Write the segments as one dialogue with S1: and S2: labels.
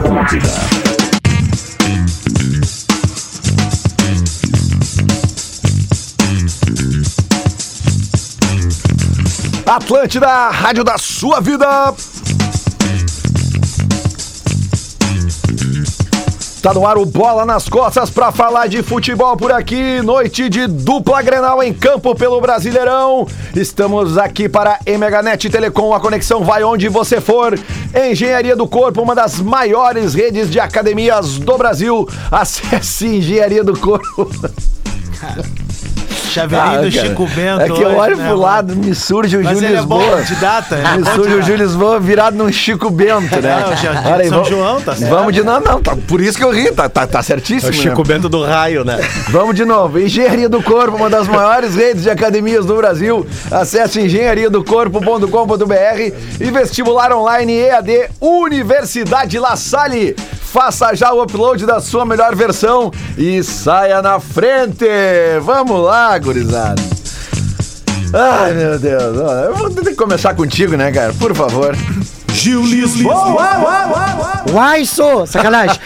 S1: Atlântida.
S2: Atlântida, a rádio da sua vida. Tá no ar o Bola nas Costas pra falar de futebol por aqui. Noite de dupla Grenal em campo pelo Brasileirão. Estamos aqui para MHNet Telecom. A conexão vai onde você for. Engenharia do Corpo, uma das maiores redes de academias do Brasil. Acesse Engenharia do Corpo.
S3: Chaveirinho
S2: Ah,
S3: do
S2: cara.
S3: Chico Bento.
S2: É que eu
S3: hoje,
S2: olho
S3: né,
S2: pro
S3: mano?
S2: lado, me surge o
S3: Mas
S2: Júlio
S3: ele é bom
S2: Lisboa.
S3: de data, ele é
S2: Me
S3: bom
S2: surge
S3: de
S2: o Júlio Lisboa virado num Chico Bento, né?
S3: Não, já-
S2: Olha aí,
S3: São
S2: vamos-
S3: João, tá certo.
S2: Vamos de não, não, tá, por isso que eu ri, tá, tá, tá certíssimo.
S3: É O Chico
S2: né?
S3: Bento do raio, né?
S2: Vamos de novo. Engenharia do Corpo, uma das maiores redes de academias do Brasil. Acesse engenhariadocorpo.com.br e vestibular online EAD Universidade La Salle. Faça já o upload da sua melhor versão e saia na frente. Vamos lá, gurizada. Ai, meu Deus. Ó, Eu vou ter que começar contigo, né, cara? Por favor.
S1: Gil Lisboa.
S4: Uai, sou! Sacanagem!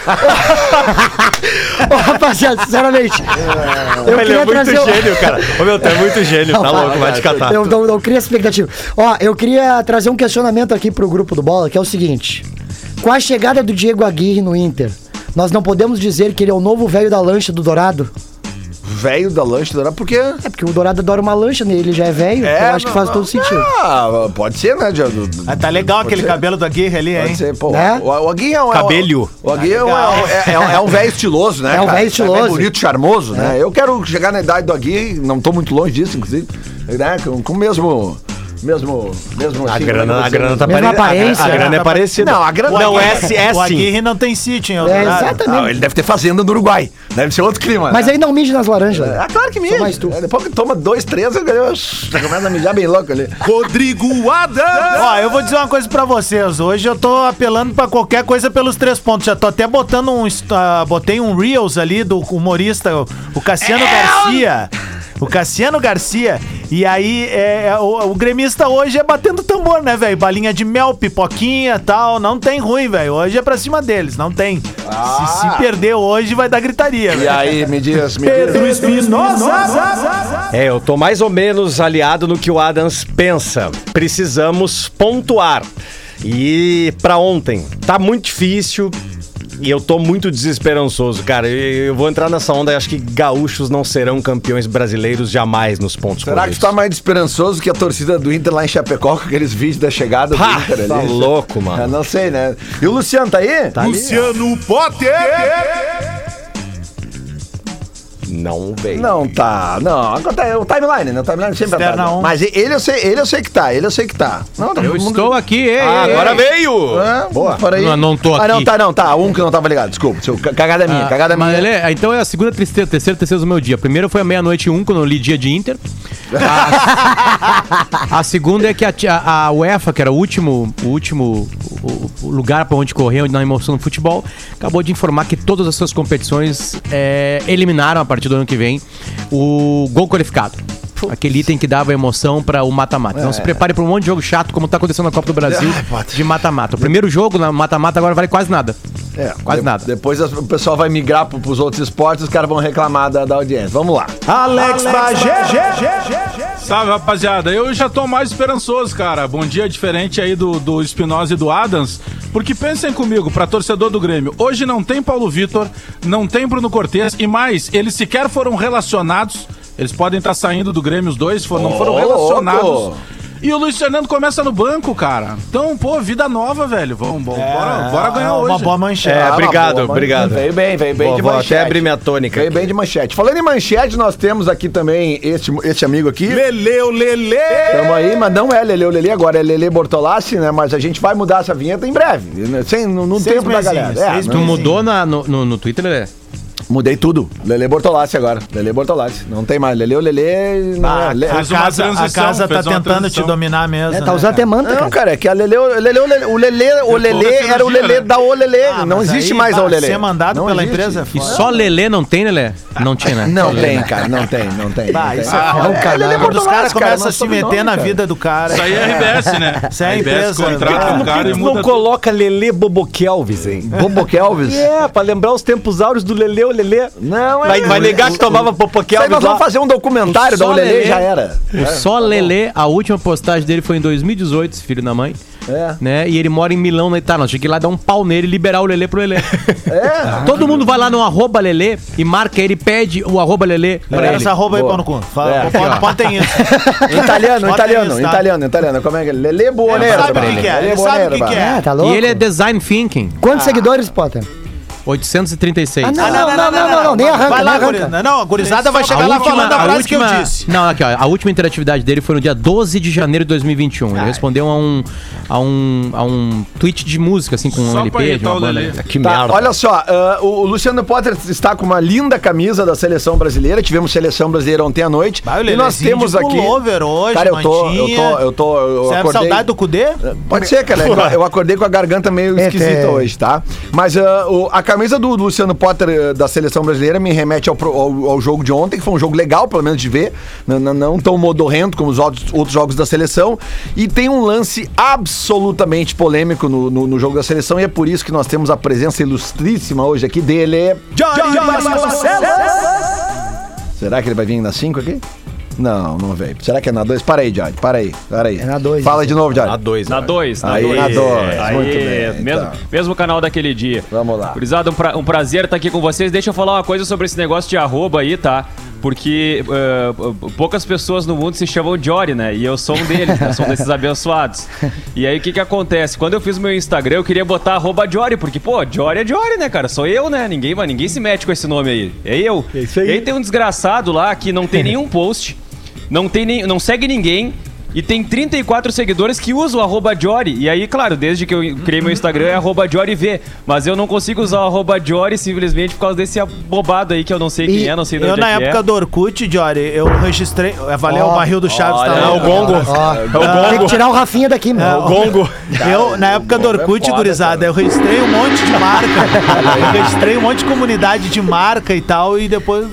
S4: Ô, rapaziada, sinceramente, eu
S3: Ele é
S4: queria
S3: muito
S4: trazer. o-
S3: gênio, cara. Ô, meu, tu é muito gênio. Tá louco, vai te catar.
S4: Eu não, não cria expectativa. Ó, eu queria trazer um questionamento aqui pro grupo do Bola, que é o seguinte: Com a chegada do Diego Aguirre no Inter, nós não podemos dizer que ele é o novo velho da lancha do Dourado?
S2: Velho da lanche dourada, por quê?
S4: É porque o Dourado adora uma lancha, né? ele já é velho, então eu acho que faz
S2: não-
S4: todo sentido.
S2: Ah, pode ser, né, Diego?
S3: Ah, tá legal aquele
S2: ser.
S3: cabelo do Aguirre ali, hein?
S2: Pode ser, pô.
S4: Né? Tá
S2: O, o Aguinho é um.
S3: Cabelho.
S2: é um- O Aguinho é, um- é, um- é um- é um velho estiloso, né?
S4: É um
S2: cara?
S4: velho
S2: É
S4: estiloso. É.
S2: bonito, charmoso, né? Eu quero chegar na idade do Aguinho, não tô muito longe disso, inclusive. Né? Com, com o mesmo. Mesmo. mesmo
S5: A
S2: assim,
S5: grana,
S2: como
S5: a
S2: você-
S5: grana tá
S4: Mesma
S5: parecida.
S4: aparência,
S5: A,
S4: né?
S5: grana é parecida.
S2: Não, a grana-
S5: não
S2: O
S5: é,
S2: Aguirre-
S5: é
S3: o
S5: sim.
S3: Aguirre não tem sítio, hein?
S4: É,
S3: Eldorado?
S4: exatamente.
S2: Ah, ele deve ter fazenda no Uruguai. Deve ser outro clima.
S4: Mas
S2: né?
S4: aí não mide nas laranjas. né?
S2: Ah, claro que mesmo.
S4: mais tu.
S2: Depois que toma dois, três, eu eu- já começa a mijar bem louco ali.
S1: Rodrigo Adams.
S3: Ó, eu vou dizer uma coisa pra vocês. Hoje eu tô apelando pra qualquer coisa pelos três pontos. Já tô até botando um. est- ah, botei um Reels ali do humorista, o- o Cassiano Garcia. O Cassiano Garcia. E aí, é, o, o gremista hoje é batendo tambor, né, velho? Balinha de mel, pipoquinha tal. Não tem ruim, velho. Hoje é pra cima deles, não tem. Se, se perder hoje, vai dar gritaria,
S2: E
S3: velho.
S2: aí, me diz, me diz.
S5: É, eu tô mais ou menos aliado no que o Adams pensa. Precisamos pontuar. E pra ontem, tá muito difícil. E eu tô muito desesperançoso, cara. Eu, eu vou entrar nessa onda e acho que gaúchos não serão campeões brasileiros jamais nos pontos
S2: Será que tu tá mais esperançoso que a torcida do Inter lá em Chapecó com aqueles vídeos da chegada
S5: Pá,
S2: do Inter ali?
S5: tá louco,
S2: Eu
S5: mano.
S2: não sei, né? E o Luciano tá aí? Tá
S1: Luciano Potter.
S5: Não veio.
S2: Não tá, não. Acontece, o timeline, né? O timeline sempre
S3: Externa
S2: atrasa.
S3: on.
S2: Mas ele eu sei, ele eu sei que tá, ele eu sei que tá. Não, tá
S6: Eu
S2: todo mundo-
S6: estou aqui, ei,
S5: Ah,
S6: ei,
S5: agora
S6: ei.
S5: veio!
S2: Ah, Boa.
S6: Não, não tô
S2: Ah, não,
S6: aqui.
S2: tá, não, tá. Um que não tava ligado, desculpa. Seu, ca- cagada minha, cagada
S6: Mas
S2: minha.
S6: ele é- então é a segunda tristeza, terceira tristeza do meu dia. A primeira foi a meia-noite e um, quando eu li dia de Inter. A, a segunda é que a, ti- a- a UEFA, que era o último, o último o- o lugar para onde correr na emoção do futebol, acabou de informar que todas as suas competições é, eliminaram a partir do ano que vem o gol qualificado. Aquele item que dava emoção para o mata-mata. Então se prepare para um monte de jogo chato, como tá acontecendo na Copa do Brasil, de mata-mata. O primeiro jogo na mata-mata agora vale quase nada.
S2: É,
S6: Quase
S2: de-
S6: nada.
S2: Depois as- o pessoal vai migrar pro, pros outros esportes, os caras vão reclamar da, da audiência. Vamos lá.
S3: Alex,
S7: Salve, rapaziada. Eu já tô mais esperançoso, cara. Bom dia diferente aí do, do Espinosa e do Adams. Porque pensem comigo, pra torcedor do Grêmio, hoje não tem Paulo Vitor, não tem Bruno Cortes e mais, eles sequer foram relacionados. Eles podem estar saindo do Grêmio os dois, for- não foram
S2: Ô,
S7: relacionados.
S2: louco.
S7: E o Luiz Fernando começa no banco, cara. Então, pô, vida nova, velho. Vamos, vamos, bora, bora ganhar hoje.
S3: É, Ah, Uma boa manchete.
S5: É,
S2: Ah,
S5: obrigado,
S2: boa, mano.
S5: obrigado.
S2: Veio bem, veio bem
S5: Vou-
S2: de
S5: vou até
S2: manchete.
S5: abrir minha tônica
S2: Veio
S5: aqui.
S2: bem de manchete. Falando em manchete, nós temos aqui também este, este amigo aqui.
S1: Leleu, Lele.
S2: Tamo aí, mas não é Lele Lele agora, é Lele Bortolassi, né? Mas a gente vai mudar essa vinheta em breve, né? sem, no, no
S3: Seis
S2: tempo da
S3: mesinhos,
S2: galera. É,
S3: seis
S2: não-
S6: Tu mudou na- no, no, no Twitter, né?
S2: Mudei tudo. Lele Bortolassi agora. Lele Bortolassi. Não tem mais. Lele, o Lele. não é. Le-
S3: a
S7: fez uma
S3: casa, a
S7: transição,
S3: casa tá
S7: fez uma
S3: tentando te
S7: transição.
S3: dominar mesmo.
S4: É, tá
S3: né,
S4: usando até
S3: cara?
S4: manta,
S2: Não,
S4: cara.
S2: cara, é que a Lele, o Lele, o Lele, o Lele, o Lele
S7: cirurgia,
S2: era o Lele
S7: né?
S2: da O Lele.
S3: Ah,
S2: não
S3: mas
S2: existe
S3: aí,
S2: mais
S3: bah,
S2: a O Lele.
S3: Ser mandado
S2: Não
S3: pela
S2: existe.
S3: empresa é
S6: E
S3: foda.
S6: só Lelê não tem, né, Lelê? Não tinha, né?
S2: Não tem, cara, não tem, não tem.
S3: Bah,
S2: não tem.
S3: isso é foda.
S2: Lele
S3: É, Quando os
S2: Bortolassi,
S3: caras
S2: cara,
S3: começam
S2: não
S3: a se
S2: sobrenome,
S3: meter na
S2: cara.
S3: vida do cara.
S7: Isso aí é RBS, né?
S3: Isso aí é
S7: A RBS
S3: empresa,
S7: contrata
S3: né?
S7: um cara e muda tudo.
S5: coloca Lelê Bobokelvis, hein?
S2: Bobo Kelvis?
S5: É, pra lembrar os tempos áureos do Lelê, o Lelê.
S2: Não, é.
S5: Vai, vai negar que tomava
S2: Isso aí
S5: Bobokelvis
S2: nós
S5: lá.
S2: vamos fazer um documentário da
S6: Só
S2: O Lele
S6: Lele.
S2: já era. É. Tá
S6: O Só Lelê, a última postagem dele foi em 2018, esse filho da mãe.
S2: É.
S6: Né? E ele mora em Milão, na Itália. Nós tinha que ir lá dar um pau nele e liberar o Lelê pro Lelê.
S2: É.
S6: Todo mundo vai lá no arroba Lelê e marca ele, pede o arroba Lelê
S2: É,
S6: pra
S3: Galera,
S6: ele.
S3: se arroba aí,
S2: Boa.
S3: pau no cu. Fala,
S2: É,
S3: pô, pode, pode ter isso.
S2: Italiano,
S3: Bota
S2: italiano,
S3: isso, tá?
S2: italiano, italiano. Como é que é? Lele Buonero.
S3: sabe o que que é, ele sabe o que que é. Ah.
S4: Ah, tá
S6: E
S4: louco?
S6: ele é design thinking,
S4: Quantos seguidores, Potter?
S6: 836.
S4: Ah, não, não, não, não, não, nem arranca,
S3: Vai lá,
S4: nem arranca.
S3: gurizada. Não, a gurizada vai chegar lá falando a frase que eu disse.
S6: Não, aqui, ó. A última interatividade dele foi no dia 12 de janeiro de 2021. Ele respondeu a um, a um, a um tweet de música, assim, com um
S7: Só pra
S6: LP de
S7: irritar
S6: uma
S7: o
S6: banda.
S7: Lelê.
S5: Que
S2: Tá, olha só, ah, o o Luciano Potter está com uma linda camisa da seleção brasileira. Tivemos seleção brasileira ontem à noite.
S3: Vai, o
S2: e nós
S3: Lelezinho
S2: temos
S3: de
S2: aqui.
S3: pullover hoje,
S2: cara, eu tô, eu
S3: mantinha.
S2: tô, eu tô, eu
S3: Você é
S2: acordei.
S3: saudade do Cudê?
S2: Pode ser, cara. Eu acordei com a garganta meio
S4: É,
S2: esquisita
S4: tem.
S2: hoje, tá? Mas ah, o- a camisa do Luciano Potter eh, da seleção brasileira me remete ao, pro- ao- ao jogo de ontem, que foi um jogo legal, pelo menos de ver. Não, não- não tão modorrento como os outros, outros jogos da seleção. E tem um lance absolutamente polêmico no, no- no jogo da seleção, e é por isso que nós temos a presença ilustríssima hoje aqui dele.
S3: Johnny
S2: Será que ele vai vir na 5 aqui? Não, não veio. Será que é na 2? Para aí, Johnny. Para aí, para aí. É
S4: na dois,
S2: Fala
S4: é.
S2: de novo, Johnny.
S5: dois,
S8: Na 2, na
S2: né? Aí,
S8: 2.
S2: na dois, muito bem,
S8: mesmo,
S2: então.
S8: mesmo canal daquele dia.
S2: Vamos lá.
S8: Curizado, um, pra- um prazer estar aqui com vocês. Deixa eu falar uma coisa sobre esse negócio de arroba aí, tá? Porque eh, poucas pessoas no mundo se chamam Jory, né? E eu sou um deles, eu sou um desses abençoados. E aí o que que acontece? Quando eu fiz meu Instagram, eu queria botar arroba Jory, porque, pô, Jory é Jory, né, cara? Sou eu, né? Ninguém, mas ninguém se mete com esse nome aí. É eu. E aí tem um desgraçado lá que não tem nenhum post. Não tem nem, não segue ninguém. E tem 34 seguidores que usam o arroba Jory. E aí, claro, desde que eu criei meu Instagram é arroba JoryV. Mas eu não consigo usar o arroba Jory simplesmente por causa desse abobado aí que eu não sei quem é, não sei de
S3: Eu,
S8: onde
S3: na
S8: é que
S3: época
S8: é.
S3: do Orkut, Jory, eu registrei. é, Valeu, o barril do Chaves tá lá.
S8: olha, o gongo.
S4: Ó, tem que tirar É, o Rafinha daqui, mano.
S3: Gongo. É, Eu, na época do Orkut, gurizada, eu registrei um monte de marca. eu registrei um monte de comunidade de marca e tal, e depois.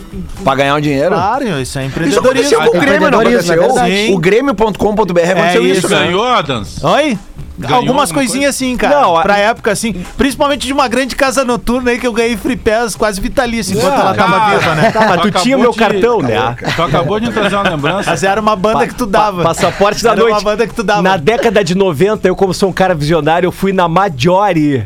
S2: Pra ganhar um dinheiro?
S3: Claro, isso
S2: Isso
S3: é empreendedorismo.
S2: aconteceu com o Grêmio, não
S4: Empreendedorismo,
S2: aconteceu?
S4: é
S3: verdade.
S2: o Grêmio.com.br aconteceu
S3: É
S2: isso,
S3: isso,
S2: né?
S7: Ganhou, Adams?
S3: Oi?
S7: alguma
S3: Algumas coisinhas assim, cara.
S2: Não, a-
S3: pra época, assim. Principalmente de uma grande casa noturna aí que eu ganhei free pass quase vitalício enquanto ela tava viva, né?
S7: Tá,
S5: mas tu tinha meu cartão, né?
S7: Tu acabou de trazer uma lembrança.
S3: Mas era uma banda que tu dava.
S5: Passaporte da
S3: Era
S5: noite.
S3: uma banda que tu dava.
S5: Na década de 90, eu, como sou um cara visionário, eu fui na Majori.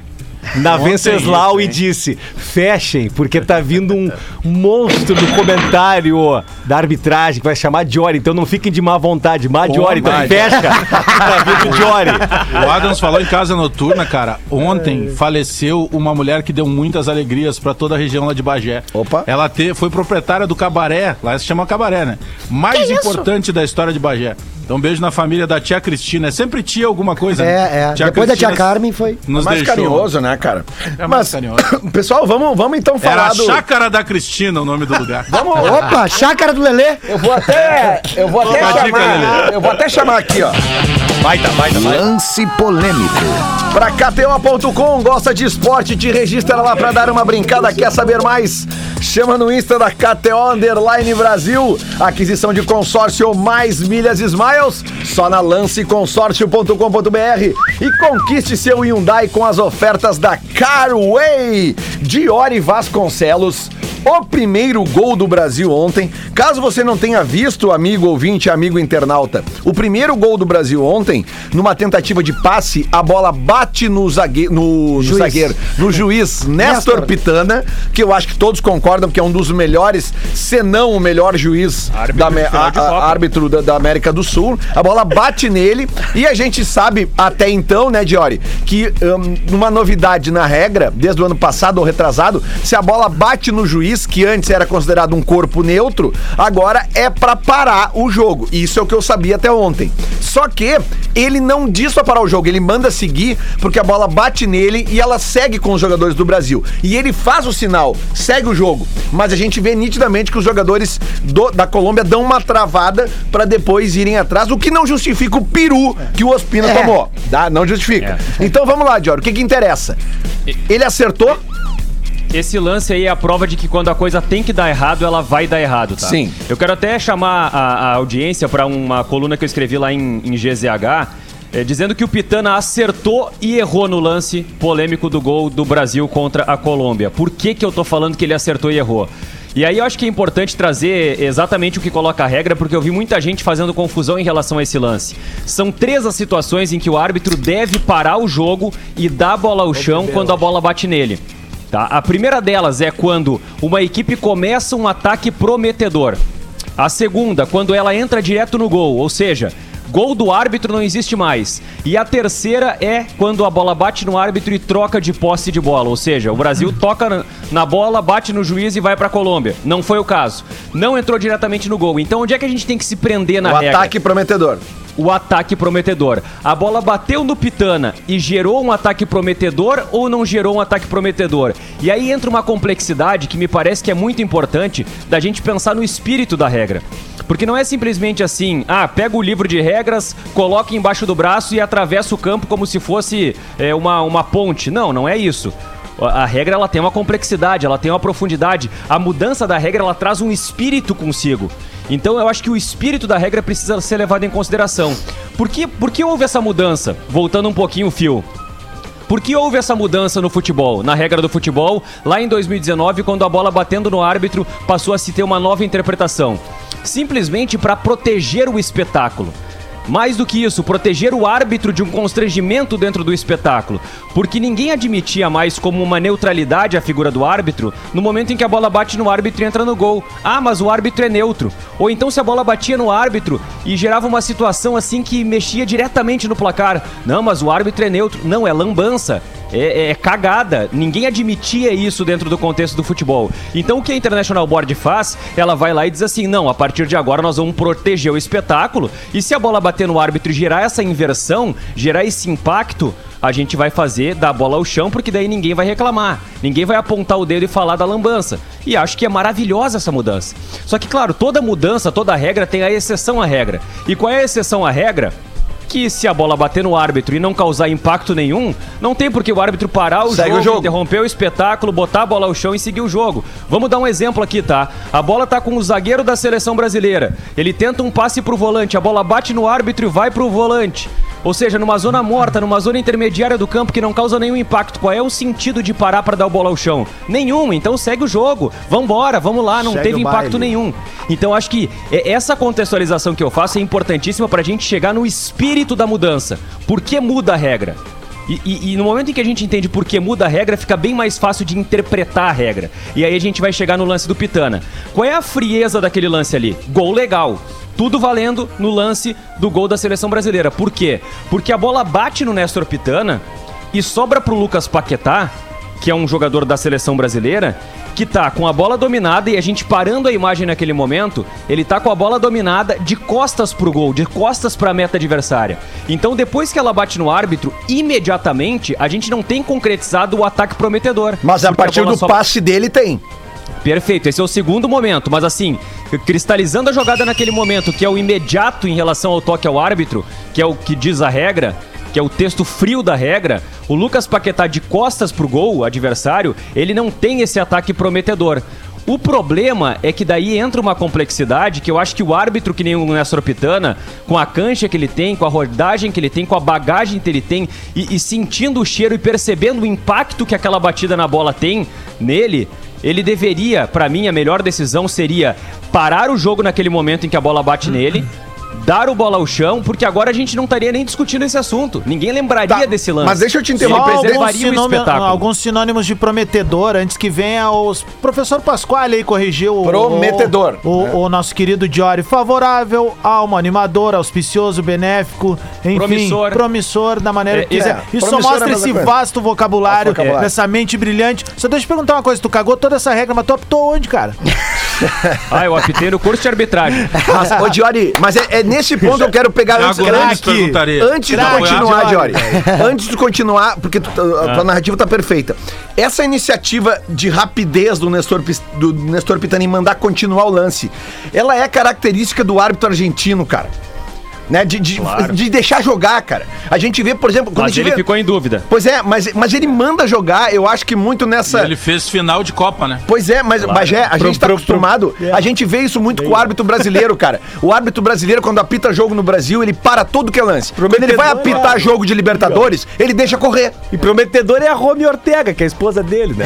S5: Na Venceslau e disse: fechem, porque tá vindo um monstro do comentário da arbitragem que vai chamar Jory. Então não fiquem de má vontade. Majori, então
S7: Majori.
S5: fecha. tá vindo Jory.
S7: O Adams falou em casa noturna, cara. Ontem faleceu uma mulher que deu muitas alegrias pra toda a região lá de Bagé.
S2: Opa.
S7: Ela te- foi proprietária do cabaré, lá se chama cabaré, né? Mais importante da história de Bagé. Então, um beijo na família da tia Cristina. É sempre tia alguma coisa. né?
S4: É, é.
S7: Tia
S4: Depois da tia
S7: Cristina
S4: Carmen foi.
S5: É
S7: Nos
S2: mais
S7: deixou.
S2: carinhoso, né, cara?
S7: É mais
S2: Mas,
S7: carinhoso.
S2: pessoal, vamos, vamos então
S7: Era
S2: falar
S7: a
S2: do...
S7: Chácara da Cristina o nome do lugar.
S2: Vamos,
S4: Opa, chácara do Lelê.
S2: eu vou até, eu vou até
S7: Toma a
S2: chamar,
S7: dica, Lelê.
S2: eu vou até chamar aqui, ó.
S9: Lance polêmico.
S2: Pra KTO.com, gosta de esporte, te registra lá pra dar uma brincada, quer saber mais? Chama no Insta da KTO Underline Brasil. Aquisição de consórcio mais milhas Smiles, só na lanceconsórcio.com.br e conquiste seu Hyundai com as ofertas da Carway. Diori Vasconcelos. O primeiro gol do Brasil ontem. Caso você não tenha visto, amigo ouvinte, amigo internauta, o primeiro gol do Brasil ontem, numa tentativa de passe, a bola bate no zagueiro, no, no zagueiro, no juiz Néstor Pitana, que eu acho que todos concordam que é um dos melhores, se não o melhor juiz da, Amé- a- a- árbitro da, da América do Sul. A bola bate nele e a gente sabe até então, né, Diori, que hum, uma novidade na regra, desde o ano passado ou retrasado, se a bola bate no juiz juiz, que antes era considerado um corpo neutro, agora é pra parar o jogo. E Isso é o que eu sabia até ontem. Só que ele não diz pra parar o jogo, ele manda seguir, porque a bola bate nele e ela segue com os jogadores do Brasil. E ele faz o sinal, segue o jogo. Mas a gente vê nitidamente que os jogadores do- da Colômbia dão uma travada pra depois irem atrás, o que não justifica o peru que o Ospina tomou. Tá? Não justifica.
S8: É.
S2: Então vamos lá, Dior, o que que interessa? Ele acertou?
S8: Esse lance aí é a prova de que quando a coisa tem que dar errado, ela vai dar errado, tá?
S2: Sim.
S8: Eu quero até chamar a, a audiência para uma coluna que eu escrevi lá em, em GZH, eh, dizendo que o Pitana acertou e errou no lance polêmico do gol do Brasil contra a Colômbia. Por que, que eu tô falando que ele acertou e errou? E aí eu acho que é importante trazer exatamente o que coloca a regra, porque eu vi muita gente fazendo confusão em relação a esse lance. São três as situações em que o árbitro deve parar o jogo e dar a bola ao chão quando a bola bate nele. Tá? A primeira delas é quando uma equipe começa um ataque prometedor. A segunda, quando ela entra direto no gol, ou seja, gol do árbitro não existe mais. E a terceira é quando a bola bate no árbitro e troca de posse de bola, ou seja, o Brasil
S2: Hum.
S8: toca na- na bola, bate no juiz e vai pra Colômbia. Não foi o caso. Não entrou diretamente no gol. Então onde é que a gente tem que se prender na
S2: o
S8: regra?
S2: ataque prometedor.
S8: o ataque prometedor. A bola bateu no Pitana e gerou um ataque prometedor ou não gerou um ataque prometedor? E aí entra uma complexidade que me parece que é muito importante da gente pensar no espírito da regra. Porque não é simplesmente assim, ah, pega o livro de regras, coloca embaixo do braço e atravessa o campo como se fosse é, uma, uma ponte. Não, não é isso. A a regra ela tem uma complexidade, ela tem uma profundidade. A mudança da regra ela traz um espírito consigo. Então eu acho que o espírito da regra precisa ser levado em consideração. Por que, por que houve essa mudança? Voltando um pouquinho o fio. Por que houve essa mudança no futebol, na regra do futebol, lá em 2019, quando a bola batendo no árbitro passou a se ter uma nova interpretação? Simplesmente para proteger o espetáculo. Mais do que isso, proteger o árbitro de um constrangimento dentro do espetáculo. Porque ninguém admitia mais como uma neutralidade a figura do árbitro no momento em que a bola bate no árbitro e entra no gol. Ah, mas o árbitro é neutro. Ou então se a bola batia no árbitro e gerava uma situação assim que mexia diretamente no placar. Não, mas o árbitro é neutro. Não, é lambança. É, é cagada. Ninguém admitia isso dentro do contexto do futebol. Então o que a International Board faz? Ela vai lá e diz assim: não, a partir de agora nós vamos proteger o espetáculo. E se a bola bater no árbitro e gerar essa inversão, gerar esse impacto, a gente vai fazer dar a bola ao chão, porque daí ninguém vai reclamar. Ninguém vai apontar o dedo e falar da lambança. E acho que é maravilhosa essa mudança. Só que, claro, toda mudança, toda regra tem a exceção à regra. E qual é a exceção à regra? que se a bola bater no árbitro e não causar impacto nenhum, não tem por que o árbitro parar o,
S2: Segue
S8: jogo,
S2: o jogo.
S8: interromper o espetáculo, botar a bola ao chão e seguir o jogo. Vamos dar um exemplo aqui, tá? A bola tá com o zagueiro da seleção brasileira. Ele tenta um passe pro volante, a bola bate no árbitro e vai pro volante. Ou seja, numa zona morta, numa zona intermediária do campo que não causa nenhum impacto, qual é o sentido de parar pra dar a bola ao chão? Nenhum, então segue o jogo. Vambora, vamos lá, não
S2: Segue
S8: teve
S2: o
S8: impacto
S2: baile.
S8: nenhum nenhum. Então acho que é- essa contextualização que eu faço é importantíssima pra gente chegar no espírito da mudança. Por que muda a regra? E, e- e no momento em que a gente entende por que muda a regra, fica bem mais fácil de interpretar a regra. E aí a gente vai chegar no lance do Pitana. Qual é a frieza daquele lance ali? Gol legal. Tudo valendo no lance do gol da seleção brasileira. Por quê? Porque a bola bate no Néstor Pitana e sobra pro Lucas Paquetá que é um jogador da seleção brasileira, que tá com a bola dominada e a gente parando a imagem naquele momento, ele tá com a bola dominada de costas pro gol, de costas pra meta adversária. Então depois que ela bate no árbitro, imediatamente a gente não tem concretizado o ataque prometedor.
S2: Mas a
S8: Porque
S2: partir
S8: bola
S2: do
S8: só-
S2: passe dele tem.
S8: Perfeito, esse é o segundo momento, mas assim, cristalizando a jogada naquele momento, que é o imediato em relação ao toque ao árbitro, que é o que diz a regra, que é o texto frio da regra, o Lucas Paquetá de costas pro gol, adversário, ele não tem esse ataque prometedor. O problema é que daí entra uma complexidade que eu acho que o árbitro, que nem o Néstor Pitana, com a cancha que ele tem, com a rodagem que ele tem, com a bagagem que ele tem, e- e sentindo o cheiro e percebendo o impacto que aquela batida na bola tem nele, ele deveria, pra mim, a melhor decisão seria parar o jogo naquele momento em que a bola bate nele, dar o bola ao chão, porque agora a gente não estaria nem discutindo esse assunto. Ninguém lembraria
S2: Tá,
S8: desse lance.
S2: mas deixa eu te
S8: Ele
S2: interromper.
S8: preservaria o
S3: sinônimo-
S8: espetáculo.
S3: alguns sinônimos de prometedor antes que venha os professor Pasquale aí corrigiu o
S2: Prometedor. né?
S3: o, o- o nosso querido Diori favorável alma animador auspicioso benéfico enfim promissor,
S8: Promissor.
S3: da maneira
S8: É,
S3: que
S8: isso-
S3: quiser isso só
S2: promissor é a
S3: mostra
S2: mesma
S3: esse
S2: coisa.
S3: vasto vocabulário,
S2: Vasto vocabulário.
S3: dessa mente brilhante só deixa eu te perguntar uma coisa tu cagou toda essa regra mas tu optou onde cara
S8: Ah, eu apitei no curso de arbitragem.
S2: Mas, ô, Diori, mas é, é nesse ponto que eu quero pegar
S7: Thiago
S2: antes,
S7: Nunes
S2: Craque.
S7: perguntaria.
S2: antes de
S7: Craque.
S2: continuar, Diori.
S7: Apoiado,
S2: Antes de continuar, porque tu- a
S8: É.
S2: tua narrativa tá perfeita. Essa iniciativa de rapidez do Nestor, Pis- do Nestor Pitani em mandar continuar o lance, ela é característica do árbitro argentino, cara. Né? De, de, de deixar jogar, cara. A gente vê, por exemplo, quando a
S8: Mas
S2: gente
S8: ele
S2: vê-
S8: ficou em dúvida.
S2: Pois é, mas, mas ele manda jogar, eu acho que muito
S7: E
S2: nessa.
S7: ele fez final de Copa, né?
S2: Pois é, mas Bagé, a gente tá acostumado, a gente vê isso muito com o árbitro brasileiro, cara. O árbitro brasileiro, quando apita jogo no Brasil, ele para tudo que é lance. Quando ele vai apitar jogo de Libertadores, ele deixa correr.
S5: E prometedor é a Romy Ortega, que é a esposa dele, né?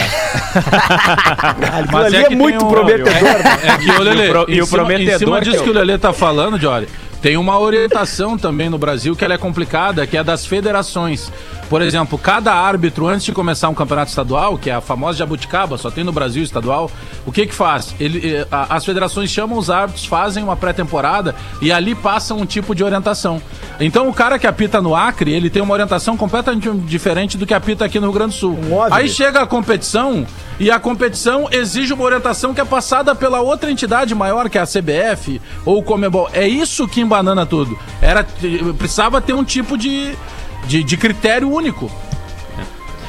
S7: Mas
S5: ali é
S7: que
S5: muito
S7: tem
S5: prometedor, né?
S7: É, é que o Lelê,
S8: E o pro-
S7: em
S8: e o
S7: cima- Em
S8: prometedor é
S7: cima
S8: que
S7: disso
S8: eu-
S7: que o Lelê tá falando, Jory, tem uma orientação também no Brasil que ela é complicada, que é das federações. Por exemplo, cada árbitro, antes de começar um campeonato estadual, que é a famosa jabuticaba, só tem no Brasil estadual, o que que faz? Ele, eh, a- as federações chamam os árbitros, fazem uma pré-temporada e ali passam um tipo de orientação. Então o cara que apita no Acre, ele tem uma orientação completamente diferente do que apita aqui no Rio Grande do Sul. Aí chega a competição e a competição exige uma orientação que é passada pela outra entidade maior, que é a CBF ou o Comebol. É isso que embanana tudo. Era, precisava ter um tipo de, de, de critério único.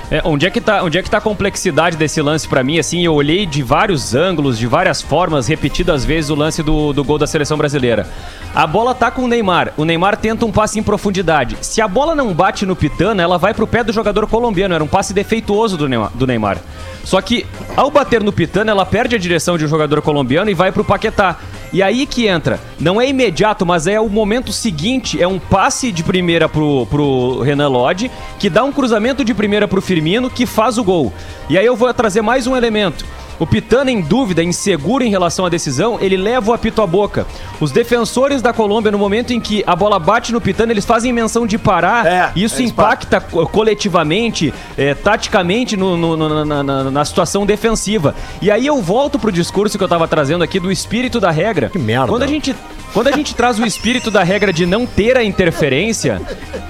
S8: É, onde, é que tá, onde é que tá a complexidade desse lance pra mim? Assim, eu olhei de vários ângulos, de várias formas, repetidas vezes o lance do, do gol da seleção brasileira. A bola tá com o Neymar. O Neymar tenta um passe em profundidade. Se a bola não bate no Pitana, ela vai pro pé do jogador colombiano. Era um passe defeituoso do Neymar. do Neymar. Só que, ao bater no Pitana, ela perde a direção de um jogador colombiano e vai pro Paquetá. E aí que entra. Não é imediato, mas é o momento seguinte. É um passe de primeira pro, pro Renan Lodge, que dá um cruzamento de primeira pro Firmino, que faz o gol. E aí eu vou trazer mais um elemento. O Pitana, em dúvida, inseguro em relação à decisão, ele leva o apito à boca. Os defensores da Colômbia, no momento em que a bola bate no Pitana, eles fazem menção de parar.
S2: É,
S8: Isso
S2: eles param.
S8: impacta impacta co- coletivamente, eh, taticamente no- no- no- na, na- na situação defensiva. E aí eu volto pro discurso que eu tava trazendo aqui do espírito da regra. Que
S5: merda.
S8: Quando a gente, quando a gente traz o espírito da regra de não ter a interferência,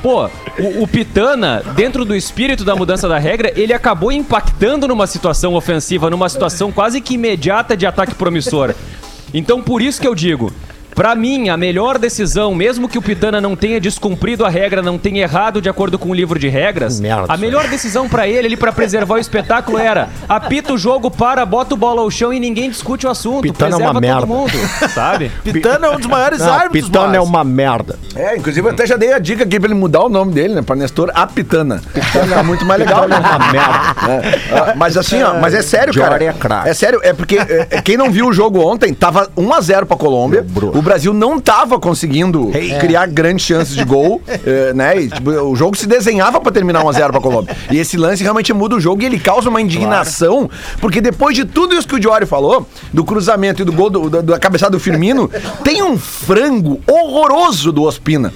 S8: pô, o, o Pitana, dentro do espírito da mudança da regra, ele acabou impactando numa situação ofensiva, numa situação quase que imediata de ataque promissor. Então por isso que eu digo, Pra mim, a melhor decisão, mesmo que o Pitana não tenha descumprido a regra, não tenha errado de acordo com o livro de regras,
S5: Merda,
S8: a melhor decisão pra ele, ali para preservar o espetáculo era: apita o jogo, para, bota o bola ao chão e ninguém discute o assunto,
S5: Pitana é uma merda.
S8: todo mundo, sabe?
S3: Pitano é um dos maiores
S5: Não,
S3: árbitros
S5: Pitana
S3: mas-
S5: é uma merda.
S2: É, inclusive eu até já dei a dica aqui pra ele mudar o nome dele, né? Pra Nestor Apitana. Pitana tá muito mais legal, né?
S5: Uma merda.
S2: Ah, mas assim, ó, mas é sério, cara.
S5: Jorge é craque.
S2: É sério, é porque é, é, quem não viu o jogo ontem, tava 1x0 pra Colômbia. O
S5: Bruno.
S2: Brasil não tava conseguindo criar grandes chances de gol, é, né? E, tipo, o jogo se desenhava pra terminar 1x0 pra Colômbia. E esse lance realmente muda o jogo e ele causa uma indignação, porque depois de tudo isso que o Diori falou, do cruzamento e do gol, do- da, da cabeçada do Firmino, tem um frango horroroso do Ospina.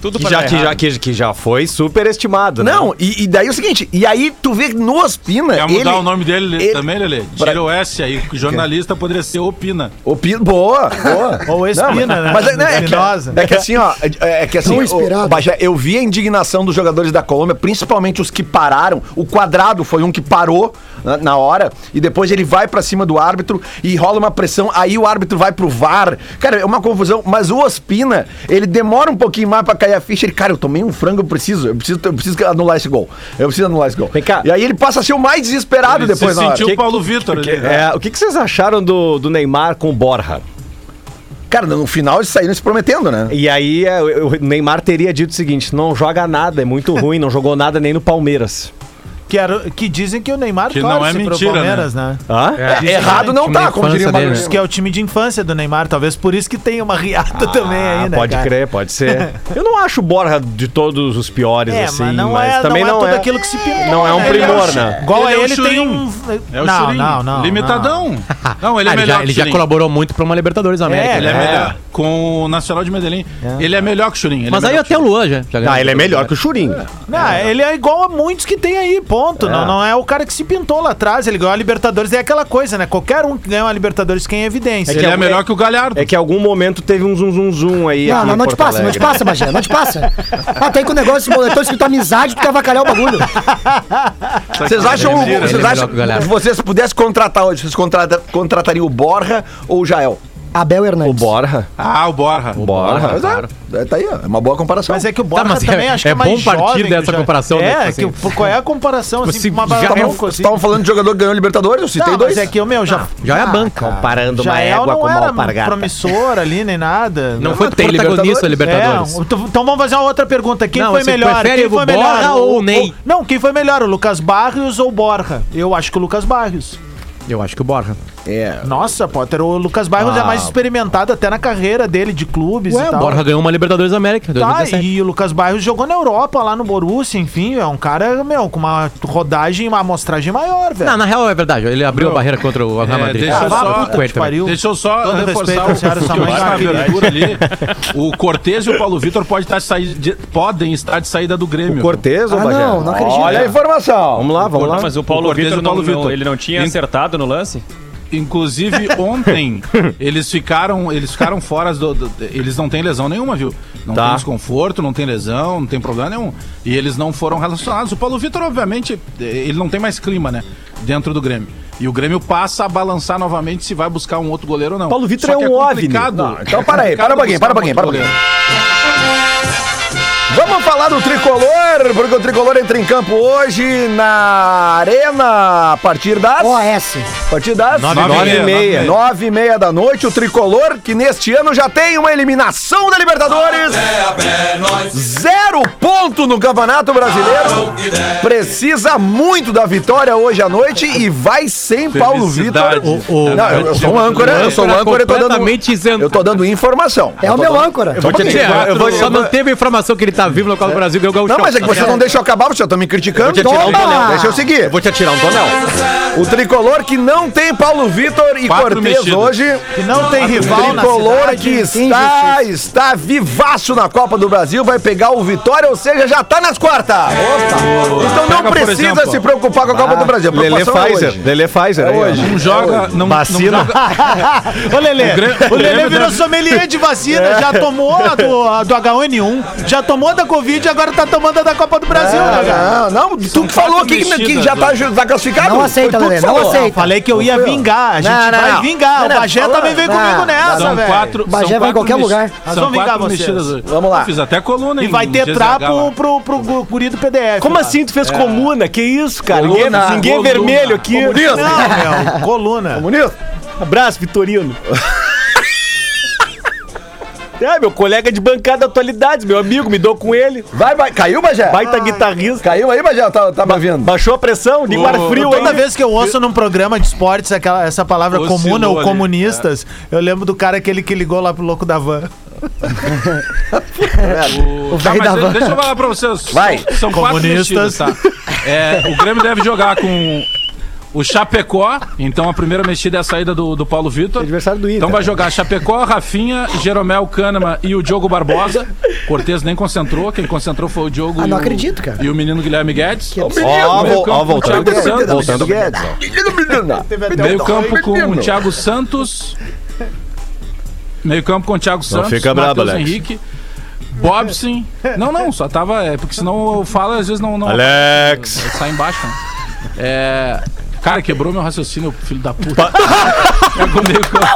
S8: Tudo
S5: Que
S8: pra
S5: já,
S8: dar
S5: que,
S8: errado.
S5: já, que, que já foi superestimado, né?
S2: Não, e, e daí é o seguinte, e aí tu vê no Ospina.
S7: Quer mudar
S2: É, ele-
S7: o nome dele
S2: ele-
S7: também, Lelê? Tira
S2: Pra-
S7: o S aí, que jornalista poderia ser Opina.
S2: O Pino, boa, boa.
S3: Ou Espina,
S2: Não,
S3: né?
S2: Mas é, né, é,
S3: Espinosa.
S2: que, é que assim, ó, é é que assim,
S4: Tão
S2: o-
S4: inspirado.
S2: o Bagé, eu vi a indignação dos jogadores da Colômbia, principalmente os que pararam. O Quadrado foi um que parou na, na hora e depois ele vai pra cima do árbitro e rola uma pressão, aí o árbitro vai pro VAR. Cara, é uma confusão, mas o Ospina, ele demora um pouquinho mais pra cair a ficha, ele, cara, eu tomei um frango, eu preciso, eu preciso, eu preciso anular esse gol. Eu preciso anular esse gol.
S5: Vem cá.
S2: E aí ele passa a ser o mais desesperado
S7: Ele
S2: depois
S7: se
S2: na hora.
S7: sentiu
S5: Que-
S7: o Paulo Vitor ali.
S5: É, o que, que vocês acharam do, do Neymar com o Borja?
S2: Cara, no final eles saíram se prometendo, né?
S5: E aí é, o o Neymar teria dito o seguinte: não joga nada, é muito ruim, não jogou nada nem no Palmeiras. O
S3: Que, era- que dizem que o Neymar
S7: Que não é mentira,
S3: Palmeiras, né?
S2: Hã? É, errado não
S6: Time
S2: tá,
S6: de
S2: como diria o
S6: infância dele,
S2: Magro.
S3: Diz que é o time de infância do Neymar, talvez por isso que tem uma
S2: Ah,
S3: riada também aí, né?
S5: Ah, pode
S3: cara?
S5: crer, pode ser. Eu não acho o Borja de todos os piores,
S3: É,
S5: assim,
S3: mas
S5: mas,
S3: não é,
S5: também não,
S3: é tudo
S5: é.
S3: aquilo que se pinta.
S5: Não é um
S3: né?
S5: primor,
S3: Ele é o-
S5: né?
S3: Igual
S7: Ele é
S3: a
S7: o
S3: ele tem
S7: Churin.
S3: um.
S7: É o
S3: não,
S7: Churin.
S3: não, não.
S7: Limitadão. Não, ele é
S6: Ah, ele,
S7: melhor
S6: já, ele
S7: que
S6: já
S7: Churin.
S6: colaborou muito pra uma Libertadores da América.
S7: Ele é,
S6: né?
S7: melhor. Com o Nacional de Medellín. Ele é melhor que o Churin. ele
S6: Mas
S7: é
S6: aí
S7: melhor que
S6: até o Luan já, já ganhou.
S5: Ah, ele é melhor que o Churim.
S3: Não, Não, ele é igual a muitos que tem aí, ponto. Não, não é o cara que se pintou lá atrás, ele ganhou a Libertadores, é aquela coisa, né? Qualquer um que ganha uma Libertadores quem é evidência.
S7: Ele é melhor que o Galhardo.
S5: É que em algum momento teve um zum zum zum aí.
S4: Não,
S5: aqui
S4: não,
S5: em
S4: não te
S5: Porto
S4: passa, não te
S5: Alegre.
S4: passa, Bagé, não te passa. Ah, tem com o negócio desse moletom escrito amizade, tu quer avacalhar o bagulho.
S2: Vocês acham,
S6: Ele é melhor
S2: vocês
S6: que o
S2: acham
S6: Galhardo.
S2: se vocês pudessem contratar hoje, vocês contrata- contratariam o Borja ou o Jael?
S4: Abel Hernandes.
S5: Borja.
S7: Ah, o Borra.
S5: Borja.
S2: Mas é, é, tá aí, ó, é uma boa comparação.
S3: Mas é que o Borja
S6: mas é-
S3: também acho que
S6: é
S3: é mais
S6: bom partir
S3: jovem que
S6: dessa
S3: o Ja-
S6: comparação,
S3: É,
S6: né?
S3: que,
S6: Tipo assim.
S3: por, qual é a comparação? Assim,
S6: Assim,
S3: uma
S6: já é
S3: barata
S6: um-
S2: Estavam
S3: louca,
S2: Tá
S3: assim.
S2: estavam falando de jogador que ganhou Libertadores, eu citei
S3: Não,
S2: dois.
S3: mas é que o meu já...
S6: Já é a banca.
S5: Comparando uma
S3: Jael
S5: égua com
S3: é, não
S5: uma
S3: era
S5: alpargata.
S3: promissor ali, nem nada. né?
S6: Não foi tem
S2: Libertadores?
S6: protagonista Libertadores.
S3: É, um- tu- então vamos fazer uma outra pergunta. Quem
S6: Não,
S3: foi
S6: você
S3: melhor?
S6: prefere
S3: Quem foi
S6: o Borja ou o Ney?
S3: não, quem foi melhor? O Lucas Barrios ou o Borja? Eu acho que o Lucas Barrios.
S6: Eu acho que o Borja.
S2: É.
S3: Nossa, Potter, o Lucas Barrios
S6: Ah.
S3: é mais experimentado até na carreira dele de clubes
S6: Ué,
S3: e
S6: o
S3: tal.
S6: Borja ganhou uma Libertadores da América em
S3: Tá,
S6: 2017.
S3: e o Lucas Barrios jogou na Europa, lá no Borussia, enfim, é um cara, meu, com uma rodagem, uma amostragem maior, velho.
S6: Não, na real é verdade. Ele abriu a barreira contra o Real
S7: É,
S6: Madrid. Ah,
S7: deixa eu
S3: vá,
S7: só-
S3: puta que pariu.
S7: Deixa eu só
S3: Todo respeito
S7: reforçar
S3: ao Thiago
S7: o que eu
S3: Samar,
S7: acho na
S3: mas é
S7: abertura ali. O Cortez e o Paulo Vitor pode estar de saí- de- podem estar de saída do Grêmio.
S5: Cortez ou
S4: Ah,
S5: Bagé?
S4: não, não acredito.
S2: Olha a informação.
S5: Vamos lá, vamos lá.
S8: Mas o
S7: O
S8: Paulo
S7: Cortez e
S8: Vitor,
S7: o Paulo
S8: não- não-
S7: Vitor.
S8: ele não tinha
S7: Em-
S8: acertado no lance?
S7: Inclusive, ontem, eles ficaram eles ficaram fora. Do, do- eles não têm lesão nenhuma, viu? Não
S5: Tá.
S7: tem desconforto, não tem lesão, não tem problema nenhum. E eles não foram relacionados. O Paulo Vitor, obviamente, ele não tem mais clima, né? Dentro do Grêmio. E o Grêmio passa a balançar novamente se vai buscar um outro goleiro ou não.
S5: Paulo Vitor
S7: Só
S5: é
S7: que
S5: um ovni.
S7: complicado.
S5: Não,
S2: Então para aí, para um pouquinho, para um pouquinho, para um pouquinho. Vamos falar do tricolor, porque o tricolor entra em campo hoje na Arena a partir das.
S4: OS.
S2: A partir das
S7: Nove e meia, nove e meia.
S2: Nove e meia da noite, o tricolor que neste ano já tem uma eliminação da Libertadores. Zero ponto no Campeonato Brasileiro. Precisa muito da vitória hoje à noite e vai sem Paulo
S7: Felicidade.
S2: Vitor.
S6: O- o-
S2: Não, eu, eu sou um âncora, eu sou um âncora, eu tô dando,
S6: Completamente isento.
S2: eu tô dando informação.
S4: É
S2: Eu
S4: o
S2: tô
S4: meu
S2: dando-
S4: âncora.
S2: Só um pouquinho,
S6: É,
S2: eu vou-
S6: só
S2: eu
S6: não
S2: vou-
S6: teve a informação que ele tá vivo no Copa do Brasil e ganhou o Gaúcho.
S2: Não, mas é que vocês não deixam eu acabar, vocês já estão me criticando.
S5: te atirar um
S4: Toma!
S5: tonel.
S2: Deixa eu seguir.
S5: Vou te atirar um tonel.
S2: O tricolor que não tem Paulo Vitor e
S7: Quatro
S2: Cortez
S7: mexidas.
S2: hoje.
S3: Que não tem rival na
S2: Tricolor
S3: cidade,
S2: que
S3: tem
S2: está, está vivaço na Copa do Brasil, vai pegar o Vitória, ou seja, já tá nas quartas. Então não
S7: Pega, por
S2: precisa
S7: exemplo, Ah,
S2: se preocupar com a Copa do Brasil. A
S5: Lele
S2: preocupação é
S5: Pfizer.
S2: hoje.
S5: Lele Pfizer. aí, ó.
S2: hoje.
S7: Não joga, não, não
S5: Vacina.
S7: joga-
S3: Ô, Lelê,
S7: Grêmio-
S3: o
S7: o É.
S3: Lelê
S7: Grêmio
S3: virou
S7: deve-
S3: sommelier de vacina, já tomou a do, a do H1N1, já tomou a da Covid, agora tá tomando a da Copa do Brasil, né, cara?
S2: Ah, não, tu que falou que,
S7: mexidas, né?
S2: que já tá, tá classificado.
S4: Não
S2: Foi
S4: aceita,
S2: tu que
S4: Lelê, não
S2: falou.
S4: aceita.
S3: Falei que eu ia vingar, a gente
S2: Não, não,
S3: vai
S2: não.
S3: vingar,
S2: Não, não,
S3: o Bagé
S2: falou-
S3: também veio
S2: não,
S3: comigo nessa,
S7: São
S3: velho.
S7: quatro.
S4: Bagé
S7: são
S4: vai em
S7: quatro
S4: qualquer
S7: mex-
S4: lugar.
S3: Nós
S7: São
S3: vamos vingar
S7: quatro
S3: vocês.
S7: mexidas. hoje.
S2: Vamos lá.
S7: Eu Fiz até coluna,
S3: E
S7: em
S3: vai ter
S7: GZH
S3: trapo
S7: lá.
S3: pro, pro, pro guri do PDF.
S5: Como
S3: lá.
S5: assim tu fez comuna? Que isso, cara?
S2: Coluna,
S5: ninguém ninguém
S7: coluna.
S5: é vermelho aqui.
S3: Não, meu, É, coluna.
S2: Bonito?
S5: Abraço, Vitorino. É, meu colega de bancada atualidades, meu amigo, me dou com ele.
S2: Vai, vai. Caiu, Bagé?
S5: Baita guitarrista.
S2: Caiu aí, Bagé? Tá, tá me vendo?
S5: Baixou a pressão, liga o ar frio
S3: Toda
S5: aí.
S3: vez que eu ouço num programa de esportes aquela, essa palavra
S7: Oscilou
S3: comuna ou
S7: ali,
S3: comunistas, eu lembro do cara aquele que ligou lá pro louco da van.
S7: O tá,
S4: velho
S7: mas
S4: da van.
S7: Deixa eu falar pra vocês.
S2: Vai.
S7: São quatro
S3: Comunistas.
S7: mexidas, tá? É, o Grêmio deve jogar com o Chapecó. Então a primeira mexida é a saída do, do Paulo Vitor.
S5: Adversário do Inter.
S7: Então vai jogar Chapecó, Rafinha, Jeromel Cânama e o Diogo Barbosa. Cortez nem concentrou. Quem concentrou foi o Diogo
S4: Ah,
S7: e
S4: não
S7: o-
S4: acredito, cara. é
S7: E o menino Guilherme Guedes.
S5: Ó,
S7: Meio campo
S5: vol- ó,
S7: com o
S5: voltando.
S7: Thiago Santos.
S5: Voltando.
S7: Meio campo com o Thiago Santos. Meio campo com o Thiago Santos.
S5: fica brabo,
S7: Matheus
S5: Alex.
S7: Henrique. Bobson. Não, não, só tava. É, porque senão eu falo às vezes não. não
S5: Alex.
S7: Sai embaixo, né? É. Cara, quebrou meu raciocínio, filho da puta. É Pega o meio campo.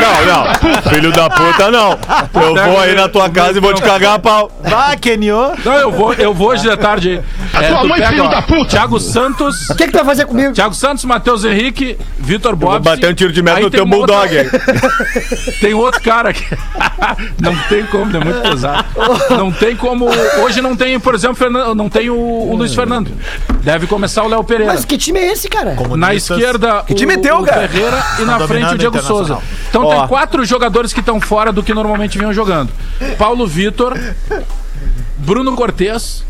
S5: Não, não. Filho da puta, não. Eu vou aí na tua casa e vou te cagar a pau.
S3: Vá, Kenio!
S7: Não, eu vou, eu vou hoje de tarde aí.
S10: A
S7: É,
S10: tua
S7: tu
S10: mãe,
S7: pega,
S10: filho
S7: ó,
S10: da puta!
S7: Thiago Santos.
S4: O que, que tu vai fazer comigo?
S7: Thiago Santos, Matheus Henrique, Vitor Bob.
S5: Vou bater um tiro de meta no teu bulldog. aí.
S7: Tem outro cara que. não tem como, é muito pesado. Não tem como. Hoje não tem, por exemplo, Fernan- não tem o, o Luiz Fernando. Deve começar o Léo Pereira.
S4: Mas que time é esse, cara?
S7: Na esquerda, o,
S2: time teu,
S7: o
S2: cara?
S7: Ferreira e na
S3: Tá
S7: frente
S3: dominando
S7: o Diego Souza.
S3: Internacional.
S7: Então
S5: Ó.
S7: tem quatro jogadores que estão fora do que normalmente vinham jogando. Paulo Vitor, Bruno Cortez.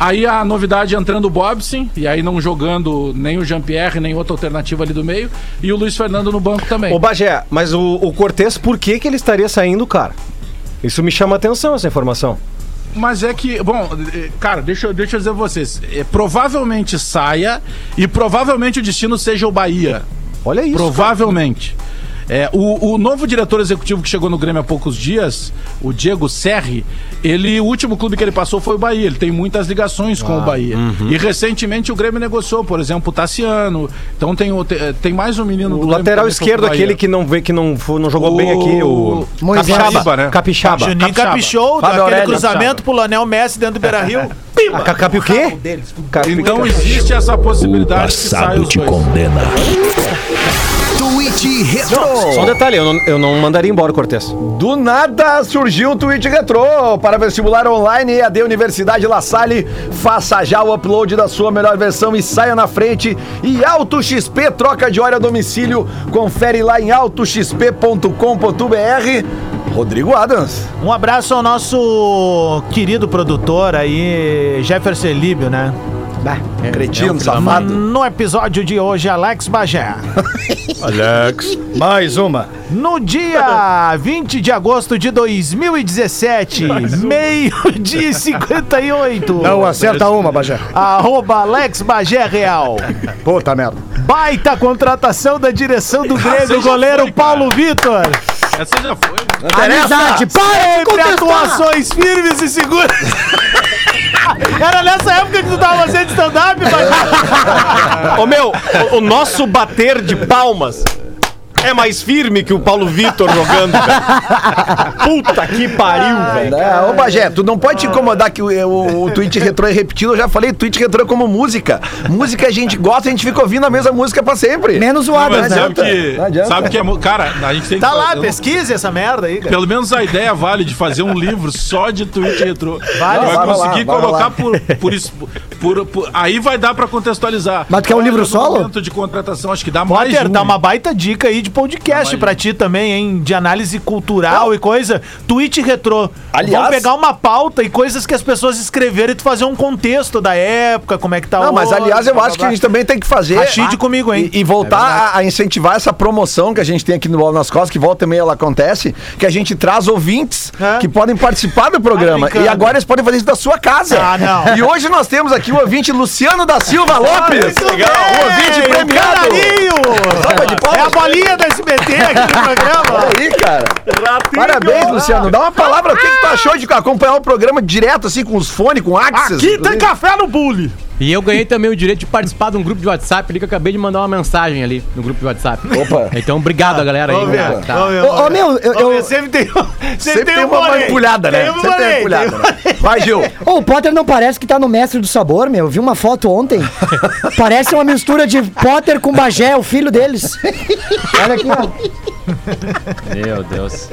S7: Aí a novidade entrando o Bobson, e aí não jogando nem o Jean-Pierre, nem outra alternativa ali do meio, e o Luiz Fernando no banco também.
S5: Ô, Bagé, mas o, o Cortez, por que, que ele estaria saindo, cara? Isso me chama atenção, essa informação.
S7: Mas é que, bom, eh, cara, deixa, eu- deixa eu dizer pra vocês. eh, Provavelmente saia e provavelmente o destino seja o Bahia.
S5: Olha isso.
S7: Provavelmente. É, o, o novo diretor executivo que chegou no Grêmio há poucos dias, o Diego Serri, ele, o último clube que ele passou foi o Bahia. Ele tem muitas ligações
S5: Ah,
S7: com o Bahia.
S5: uhum.
S7: E recentemente o Grêmio negociou, por exemplo, o Tassiano. Então tem, o- te- tem mais um menino
S5: O
S7: do Grêmio
S5: lateral
S7: também foi pro
S5: esquerdo,
S7: Bahia.
S5: aquele que não, vê, que não, fo- não jogou
S7: O-
S5: bem aqui, o.
S4: Moisés.
S5: Capixaba,
S7: né?
S5: Capixaba.
S3: Juninho
S7: Capixaba.
S3: caprichou,
S2: Fábio
S3: aquele
S2: Aurélio,
S3: cruzamento pro Leonel Messi dentro do Beira-Rio.
S5: Ah, ca- Capi o quê? Capi-
S7: Então existe essa possibilidade que saia os dois.
S9: condena. Tweet Retro.
S5: Só um detalhe, eu não, eu não mandaria embora o Cortez.
S2: Do nada surgiu o tweet retrô para vestibular online e EAD Universidade La Salle. Faça já o upload da sua melhor versão e saia na frente. E Auto XP troca de hora a domicílio. Confere lá em autoxp.com.br. Rodrigo Adams.
S3: Um abraço ao nosso querido produtor aí, Jefferson Líbio, né?
S2: Cretino,
S3: Mas
S2: safado.
S3: no episódio de hoje, Alex Bagé.
S2: Mais uma.
S3: No dia 20 de agosto de 2017, meio-dia e 58.
S4: um. Não acerta uma, Bajé.
S3: Arroba Alex Bagé Real.
S4: Puta merda.
S3: Baita contratação da direção do
S7: Essa
S4: é
S3: Grêmio,
S7: já
S3: goleiro
S7: foi, cara.
S3: Paulo Vitor.
S7: Essa já foi. né?
S4: Amizade, para de
S3: Sempre
S4: contestar!
S3: atuações firmes e seguras. Era nessa época que tu tava fazendo stand-up, Bagé.
S5: Ô meu, o, o nosso bater de palmas é mais firme que o Paulo Vitor jogando, velho. Puta que pariu, velho.
S2: É, ô Bagé, tu não pode te incomodar que o, o, o tweet retrô é repetido. Eu já falei, tweet retrô é como música. Música a gente gosta, a gente fica ouvindo a mesma música pra sempre.
S4: Menos o
S7: Não,
S4: Adams,
S7: mas
S4: né?
S7: sabe que,
S2: Não adianta.
S7: sabe que é. mu- Cara, a gente tem que.
S3: Tá lá,
S7: eu não-
S3: pesquise essa merda aí, cara.
S7: Pelo menos a ideia vale de fazer um livro só de tweet retrô.
S3: Vale.
S7: vai
S2: Vai rolar,
S7: conseguir
S2: vai
S7: colocar
S2: rolar.
S7: por, por isso. Por, por- aí vai dar pra contextualizar.
S4: Mas tu quer um
S7: Olha,
S4: livro
S7: no
S4: solo?
S7: momento de contratação, acho que dá mais.
S3: Potter,
S7: um,
S3: dá
S7: hein?
S3: uma baita dica aí de podcast
S2: um.
S3: pra ti também, hein? De análise cultural e coisa. Tweet retrô.
S2: Aliás-
S3: Vamos pegar uma pauta e coisas que as pessoas escreveram e tu fazer um contexto da época, como é que tá
S2: Não, Ah, mas
S3: hoje,
S2: aliás, eu
S3: blá,
S2: acho que
S3: blá,
S2: a gente tá também tem que fazer.
S3: Rachid comigo, hein? É
S2: E, e voltar a, a incentivar essa promoção que a gente tem aqui no Bola nas Costas, que volta e meia ela acontece, que a gente traz ouvintes
S3: É.
S2: que podem participar do programa.
S3: brincando.
S2: e agora eles podem fazer isso da sua casa.
S3: Ah, não.
S2: E hoje nós temos aqui o ouvinte Luciano da Silva Lopes.
S3: Muito
S2: Legal. O ouvinte
S3: bem,
S2: premiado.
S3: o
S2: Salva de
S3: canarinho! É a
S2: palmas.
S3: bolinha da SBT aqui no programa.
S2: Olha aí, cara. Parabéns, Luciano. Dá uma palavra. O que, que tu achou de acompanhar o programa direto, assim, com os fones, com axis?
S3: tá
S7: café no bullying.
S6: E eu ganhei também o direito de participar de um grupo de WhatsApp ali que eu acabei de mandar uma mensagem ali no grupo de WhatsApp.
S2: Opa.
S6: Então, obrigado a galera aí.
S3: Vamos ver,
S6: cara. Tá.
S3: vamos ver,
S4: Ô,
S3: vamos
S4: ô,
S3: ver.
S4: meu, eu-
S3: Vamos ver,
S4: eu-
S3: Sempre tem, sempre
S2: Sempre tem
S3: um
S2: uma
S3: porém.
S2: manipulhada, né?
S3: Tem um
S2: Sempre tem uma
S3: porém,
S2: manipulhada.
S3: tem um-
S2: né? Vai, Gil.
S4: Ô, o Potter não parece que tá no Mestre do Sabor, meu. Eu vi uma foto ontem. Parece uma mistura de Potter com Bagé, o filho deles. Olha aqui, ó.
S8: Meu
S3: É.
S8: Deus.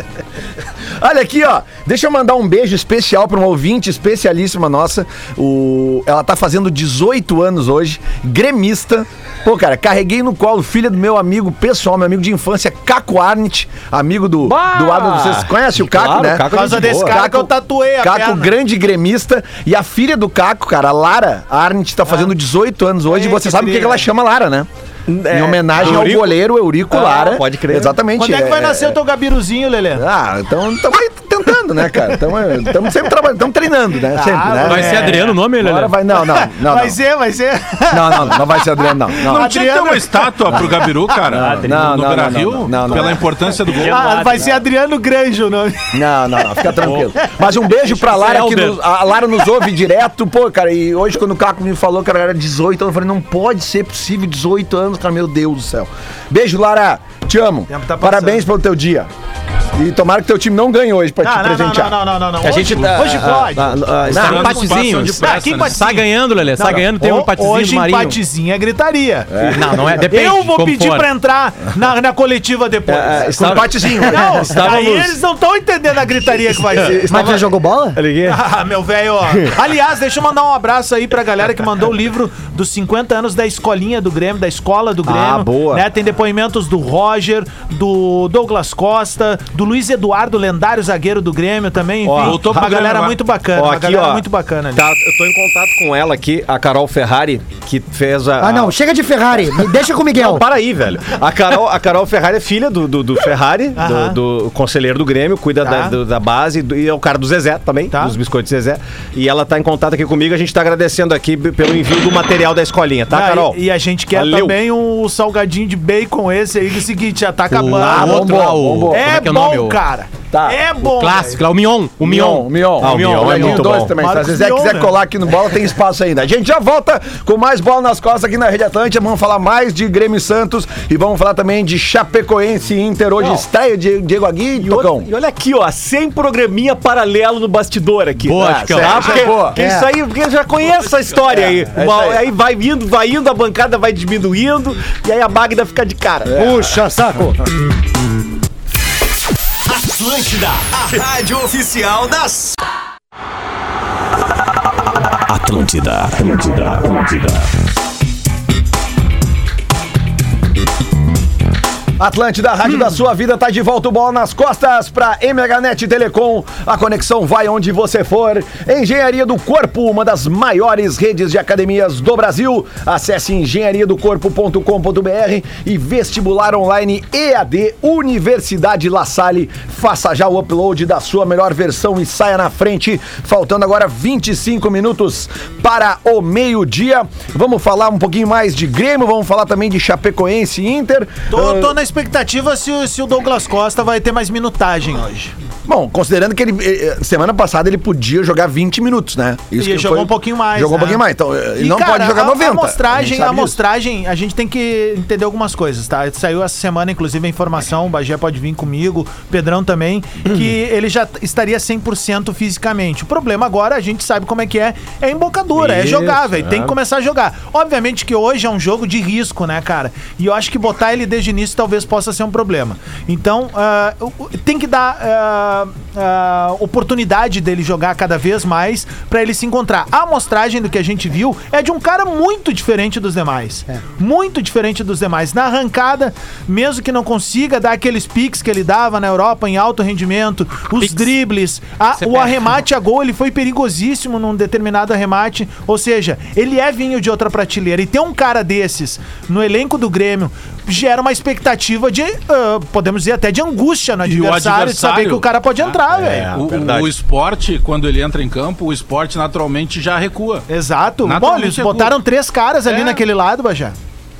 S2: Olha aqui, ó. Deixa eu mandar um beijo especial para uma ouvinte especialíssima nossa. O... Ela tá fazendo 18 anos hoje, gremista. Pô, cara, carreguei no colo filha do meu amigo pessoal, meu amigo de infância, Caco Arnit, amigo do,
S5: Bah!
S2: do Adam. Vocês conhecem o Caco,
S5: Claro,
S2: né?
S5: o Caco é
S3: Por causa desse cara que eu tatuei a
S2: Caco,
S3: perna.
S2: grande gremista. E a filha do Caco, cara, a Lara Arnit, tá fazendo 18 anos hoje.
S3: Ah. Ei,
S2: e você
S3: que É.
S2: sabe o que,
S3: tri,
S2: que ela
S3: né?
S2: chama Lara, né? em homenagem
S5: Eurico.
S2: ao goleiro Eurico Lara.
S5: pode crer.
S2: Exatamente.
S3: Ah, Quando é que vai nascer o teu gabiruzinho, Lelê?
S2: Ah, então estamos tentando, né, cara? Estamos sempre trabalhando, estamos treinando, né? Sempre, né?
S6: Vai ser né? Adriano o nome, Lelê?
S2: Agora vai, não, não, não,
S3: Ah, é. vai
S2: não.
S3: ser, vai ser.
S2: Não, não, não vai ser Adriano, não.
S7: Não
S2: não.
S7: tinha que ter uma estátua pro Gabiru, cara?
S2: Não, não,
S7: no
S2: não,
S7: Beira
S2: não,
S7: Rio?
S2: não, não, não.
S7: Pela importância do gol.
S3: Ah, vai ser Adriano Granja o nome.
S2: Não, não, não, fica tranquilo. Mas um beijo pra Lara, que nos- a Lara nos ouve direto. Pô, cara, e hoje quando o Caco me falou que ela era 18 anos, eu falei, não pode ser possível 18 anos, cara, meu Deus do céu. Beijo, Lara, te amo.
S3: tempo tá passando.
S2: Parabéns pelo teu dia. E tomara que teu time não ganhe hoje pra
S3: Ah, Não,
S2: te
S3: não, não,
S2: presentear.
S3: não, não, não, não, não.
S5: A gente
S3: hoje,
S5: tá-
S3: hoje
S2: Ah,
S5: a-
S3: pode.
S5: a- a-
S7: Tá
S6: Tá
S5: a-
S7: dando
S6: um
S7: espaço
S6: empatezinho.
S7: de pressa,
S6: Ah, que
S7: né?
S6: empate- Tá ganhando, Lelê. Tá
S3: Não, não.
S6: ganhando, tem um
S3: Ho-
S6: empatezinho
S3: Hoje
S6: do Marinho.
S3: empatezinho é gritaria.
S6: Não, não é. Depende.
S3: Eu vou
S6: como
S3: pedir
S6: for.
S3: pra entrar na, na coletiva depois.
S2: É, um
S5: Ah, estava-
S3: Não, aí
S5: Estávamos-
S3: eles não estão entendendo a gritaria que vai ser.
S4: Mas já jogou bola?
S3: Ah, meu velho. ó. Aliás, deixa eu mandar um abraço aí pra galera que mandou o livro dos 50 anos da escolinha do Grêmio, da escola do Grêmio.
S2: Ah, boa.
S3: né? Tem depoimentos do Roger, do Douglas Costa, do Luiz Eduardo, lendário zagueiro do Grêmio também. Enfim,
S7: voltou pro
S3: uma
S7: Grêmio
S3: galera
S7: agora.
S3: muito bacana.
S5: Ó,
S3: uma
S5: aqui,
S3: galera
S5: ó.
S3: muito bacana ali.
S5: Tá, eu tô em contato com ela aqui, a Carol Ferrari, que fez a.
S4: Ah, não,
S6: Tá.
S5: a-
S4: chega de Ferrari. Me deixa com o Miguel.
S5: Para aí, velho. A Carol, a Carol Ferrari é filha do, do, do Ferrari,
S3: Aham.
S5: do, do conselheiro do Grêmio, cuida
S3: Tá.
S5: da, do- da base do- e é o cara do Zezé também,
S3: Tá.
S5: dos biscoitos Zezé. E ela tá em contato aqui comigo, a gente tá agradecendo aqui b- pelo envio do material da escolinha, tá,
S3: Ah, e-
S5: Carol?
S3: E, a gente quer
S5: Valeu.
S3: também o salgadinho de bacon esse aí, que é o seguinte, já tá
S6: O,
S3: acabando.
S6: o outro lá, o. como
S3: é,
S6: que
S3: bom,
S6: O-
S3: cara.
S2: Tá.
S3: É
S6: o
S3: bom.
S6: clássico lá, o Mion. O Mion.
S2: Mion.
S5: Ah, o Mion é
S2: Mion
S5: muito
S2: dois
S5: bom.
S2: também. Se a
S3: Marcos
S2: Zezé
S3: Mion,
S2: quiser
S3: né?
S2: colar aqui no bola, tem espaço ainda. A gente já volta com mais bola nas costas aqui na Rede Atlântica. Vamos falar mais de Grêmio e Santos e vamos falar também de Chapecoense e Inter. Hoje estreia de Diego Agui e Tocão.
S5: E olha aqui, ó, sem programinha paralelo no bastidor aqui.
S6: Boa,
S5: Ah,
S6: Chicão.
S5: tá?
S2: Essa é
S5: Porque-
S2: boa.
S5: porque
S4: É.
S5: isso aí, porque já conhece essa história aí. Uma-
S2: isso aí.
S5: É, aí. vai indo, vai indo, a bancada vai diminuindo e aí a Magda fica de cara.
S2: É.
S4: Puxa, saco.
S2: Atlântida, Rádio da Sua Vida, tá de volta o bola nas costas pra MHNet Telecom. A conexão vai onde você for. Engenharia do Corpo, uma das maiores redes de academias do Brasil. Acesse engenhariadocorpo.com.br e vestibular online EAD Universidade La Salle. Faça já o upload da sua melhor versão e saia na frente. Faltando agora 25 minutos para o meio-dia. Vamos falar um pouquinho mais de Grêmio, vamos falar também de Chapecoense e Inter.
S3: Tô,
S2: Ah,
S3: tô na expectativa se, o- se o Douglas Costa vai ter mais minutagem hoje.
S2: Bom, considerando que ele. eh, Semana passada ele podia jogar 20 minutos, né?
S3: E
S2: que
S3: jogou
S2: foi-
S3: um pouquinho mais,
S2: Jogou um
S3: né?
S2: pouquinho mais. Então, eh, ele
S3: E,
S2: não
S3: cara,
S2: pode jogar
S3: a-
S2: 90.
S3: A amostragem,
S2: gente
S3: a
S2: sabe
S3: amostragem, a gente tem que entender algumas coisas, tá? Saiu essa semana, inclusive, a informação, o Bagé pode vir comigo, o Pedrão também, que ele já t- estaria 100% fisicamente. O problema agora, a gente sabe como é que é, é embocadura, é jogar, velho. Tem que começar a jogar. Obviamente que hoje é um jogo de risco, né, cara? E eu acho que botar ele desde o início talvez possa ser um problema. Então, ah, o- o- tem que dar ah, ah, oportunidade dele jogar cada vez mais pra ele se encontrar. A amostragem do que a gente viu é de um cara muito diferente dos demais. Muito diferente dos demais. Na arrancada, mesmo que não consiga dar aqueles piques que ele dava na Europa em alto rendimento, os dribles,
S7: é
S3: a- o arremate a gol, ele foi perigosíssimo num determinado arremate. Ou seja, ele é vinho de outra prateleira. E ter um cara desses no elenco do Grêmio gera uma expectativa de, ah, podemos dizer, até de angústia no
S7: E o
S3: adversário, de saber
S7: adversário- Ah, é.
S3: que o cara pode entrar, velho.
S7: O- o, o esporte, quando ele entra em campo, o esporte naturalmente já recua.
S3: Exato. Bom,
S7: Naturalmente
S3: eles
S7: é
S3: botaram três caras ali
S7: É.
S3: naquele lado, Bajá.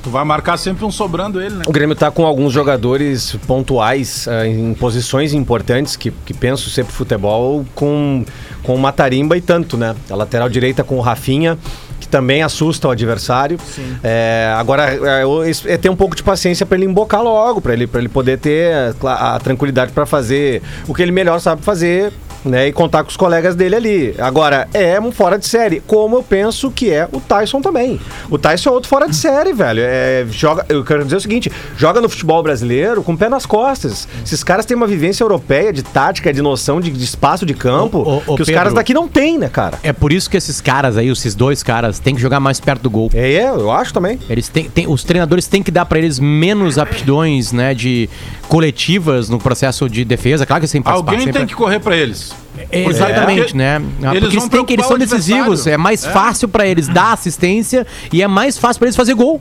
S7: Tu vai marcar sempre um sobrando ele, né?
S5: O Grêmio tá com alguns jogadores pontuais ah, em posições importantes que, que penso ser pro futebol com, com o Matarimba e tanto, né? A lateral direita com o Rafinha, que também assusta o adversário. É, agora é, o- é ter um pouco de paciência para ele embocar logo, para ele, pra ele poder ter é, cla- a, tranquilidade para fazer o que ele melhor sabe fazer. Né, e contar com os colegas dele ali. Agora, é um fora de série, como eu penso que é o Tyson também. O Tyson é outro fora de série, velho. É, joga, eu quero dizer o seguinte: joga no futebol brasileiro com o pé nas costas. Esses caras têm uma vivência europeia de tática, de noção de, de espaço de campo,
S6: Ô, ô, ô,
S5: que os
S6: Pedro.
S5: caras daqui não têm, né, cara?
S6: É por isso que esses caras aí, esses dois caras, têm que jogar mais perto do gol.
S5: É, é, eu acho também.
S6: Eles têm, têm- os treinadores têm que dar pra eles menos aptidões, né, de coletivas no processo de defesa. Claro que sem participar.
S7: Alguém
S6: sempre-
S7: tem que correr pra eles.
S6: É,
S7: Porque-
S6: Exatamente,
S7: porque
S6: né? Ah,
S7: eles
S6: Porque eles
S7: vão
S6: têm que eles
S7: preocupar
S6: são
S7: o
S6: decisivos,
S7: adversário.
S6: é mais fácil pra eles dar assistência e é mais fácil pra eles fazer gol.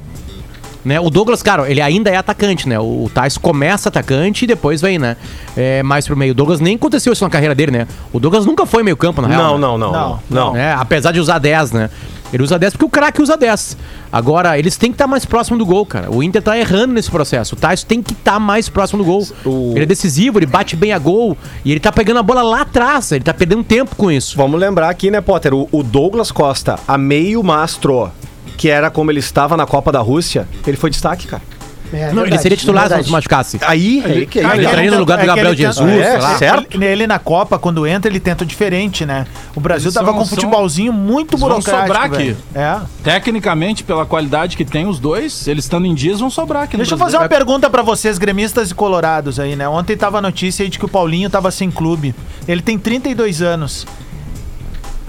S6: Né? O Douglas, cara, ele ainda é atacante, né? O Tais começa atacante e depois vem, né? É, mais pro meio. O Douglas nem aconteceu isso na carreira dele, né? O Douglas nunca foi meio campo, na real.
S5: Não,
S6: né?
S5: não, não, não.
S3: Não,
S5: não.
S6: É, apesar de usar 10, né? Ele usa 10 porque o craque usa 10. Agora, eles têm que estar mais próximo do gol, cara. O Inter tá errando nesse processo. O Tyson tem que estar mais próximo do gol.
S5: O-
S6: Ele é decisivo, ele bate bem a gol. E ele tá pegando a bola lá atrás. Ele tá perdendo tempo com isso.
S5: Vamos lembrar aqui, né, Potter? O, o Douglas Costa, a meio mastro, que era como ele estava na Copa da Rússia, ele foi destaque, cara.
S4: É,
S6: Não, ele
S4: verdade,
S6: seria titular se não
S4: verdade.
S6: se machucasse.
S2: Aí, aí que
S6: Ele
S3: Cara,
S6: entraria no
S3: tenta-
S6: lugar do
S3: é que
S6: Gabriel
S3: ele tenta-
S6: Jesus,
S3: é,
S6: sei lá.
S2: certo?
S3: Ele, ele na Copa, quando entra, ele tenta diferente, né? O Brasil
S7: Eles
S3: tava
S7: são-
S3: com um
S7: são-
S3: futebolzinho muito
S7: eles vão sobrar
S3: burocrático,
S7: aqui.
S3: velho. É.
S7: Tecnicamente, pela qualidade que tem os dois, eles estando em dias, vão sobrar aqui no
S3: Deixa eu fazer
S7: Brasil.
S2: é-
S3: uma pergunta pra vocês, gremistas e colorados aí, né? Ontem tava a notícia aí de que o Paulinho tava sem clube. Ele tem 32 anos.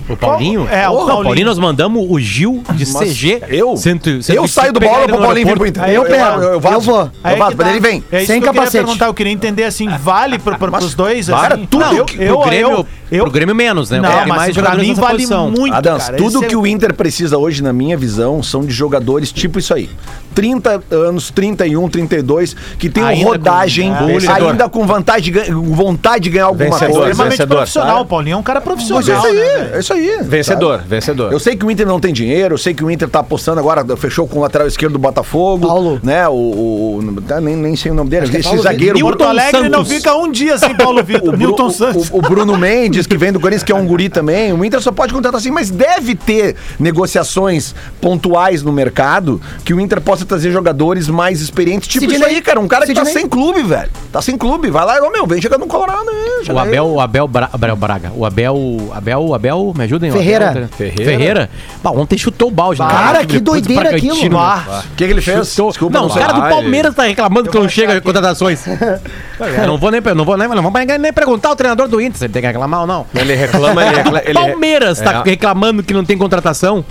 S6: O Paulinho?
S3: É, o
S6: Porra,
S3: Paulinho.
S6: nós mandamos o Gil de CG.
S2: eu-
S6: cento-
S2: Eu
S6: 125,
S2: saio do
S6: pegar
S2: bola
S6: ele
S2: pro
S6: no
S2: Paulinho vir pro
S6: aeroporto.
S2: Inter.
S3: Aí eu pego,
S2: eu
S4: Eu
S2: vazo.
S4: vou.
S3: Aí
S2: Eu
S3: que
S2: vazo, mas
S3: tá.
S2: ele vem.
S3: É isso
S4: Sem
S3: que eu queria
S4: capacete.
S3: perguntar, eu queria entender assim, vale pro, pro, pros dois?
S2: para
S3: assim?
S2: tudo
S3: Não,
S2: que-
S6: Pro Grêmio, pro Grêmio menos, né?
S3: Não,
S2: É
S6: Tem
S3: mas pra
S6: jogadores
S3: mim
S6: nessa
S3: vale
S6: posição.
S3: muito,
S2: Adams,
S3: cara.
S2: tudo
S3: Esse
S2: que
S3: é-
S2: o Inter precisa hoje, na minha visão, são de jogadores tipo isso aí. 30 anos, 31, 32, que tem
S6: Ainda com-
S2: rodagem,
S6: Ah,
S3: né?
S6: vencedor.
S2: ainda com vantagem, de ganha- vontade de ganhar alguma
S5: Vencedor,
S2: coisa.
S3: extremamente
S5: vencedor,
S3: profissional,
S5: claro.
S3: o Paulinho é um cara profissional,
S2: é Mas é isso aí,
S3: né, velho?
S2: é isso aí.
S5: Vencedor,
S2: sabe?
S5: vencedor.
S2: Eu sei que o Inter não tem dinheiro, eu sei que o Inter tá apostando agora, fechou com o lateral esquerdo do Botafogo.
S4: Paulo.
S2: Né, o, o- o- tá, nem, nem sei o nome dele,
S4: que é
S2: esse
S4: Paulo
S2: zagueiro.
S3: Porto Alegre não fica um dia sem Paulo
S2: O,
S3: Vitor.
S2: Bru-
S3: Milton
S2: o-
S3: Santos.
S2: o- o Bruno Mendes, que vem do Corinthians, que é um guri também. O Inter só pode contratar assim, mas deve ter negociações pontuais no mercado que o Inter possa trazer jogadores mais experientes. Tipo
S4: Sidney.
S2: isso aí, cara. Um cara que tá
S4: Sidney.
S2: sem clube, velho. Tá sem clube. Vai lá, ô meu, vem chegando no Colorado, né?
S6: O
S2: Chega aí.
S6: Abel, o Abel, Bra- Abel Braga. O Abel. Abel, Abel, me ajudem? O
S4: Ferreira.
S6: Abel- Ferreira. Bah, ontem chutou o balde. né?
S4: Cara, que
S6: Depois do
S4: doideira
S6: Bragantino,
S4: aquilo.
S6: né?
S2: O que, que ele fez?
S6: Chutou.
S2: Desculpa,
S6: não, os
S2: sei.
S6: caras do
S5: vai.
S6: Palmeiras tá reclamando que não chega contratações. Eu não vou nem, eu não vou nem, não vou nem, nem perguntar ao treinador do Inter se ele tem que reclamar ou não.
S5: Ele reclama, ele reclama.
S6: O Palmeiras tá reclamando que não tem contratação.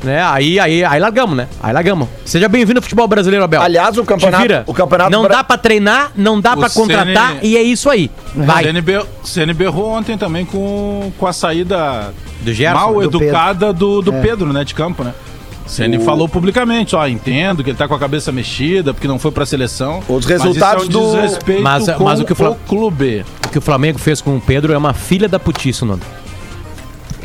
S6: Né? Aí, aí, aí largamos, né? Aí largamos. Seja bem-vindo ao futebol brasileiro, Abel.
S2: Aliás, o campeonato-
S6: Te vira.
S2: o campeonato
S6: não
S2: bra-
S6: dá pra treinar, não dá
S7: O
S6: pra contratar
S7: CN
S6: e é isso aí.
S7: O
S6: Vai.
S7: CNB, CNB errou ontem também com, com a saída
S6: Do Gerson,
S7: mal
S6: do
S7: educada do, do Pedro, né, de campo, né? O CN falou publicamente, ó, entendo que ele tá com a cabeça mexida, porque não foi pra seleção.
S2: Os resultados
S7: mas isso é um
S2: do-
S7: desrespeito
S6: Mas-
S7: com
S6: mas o que o Flam-
S7: clube.
S6: O que o Flamengo fez com o Pedro é uma filha da putice o nome.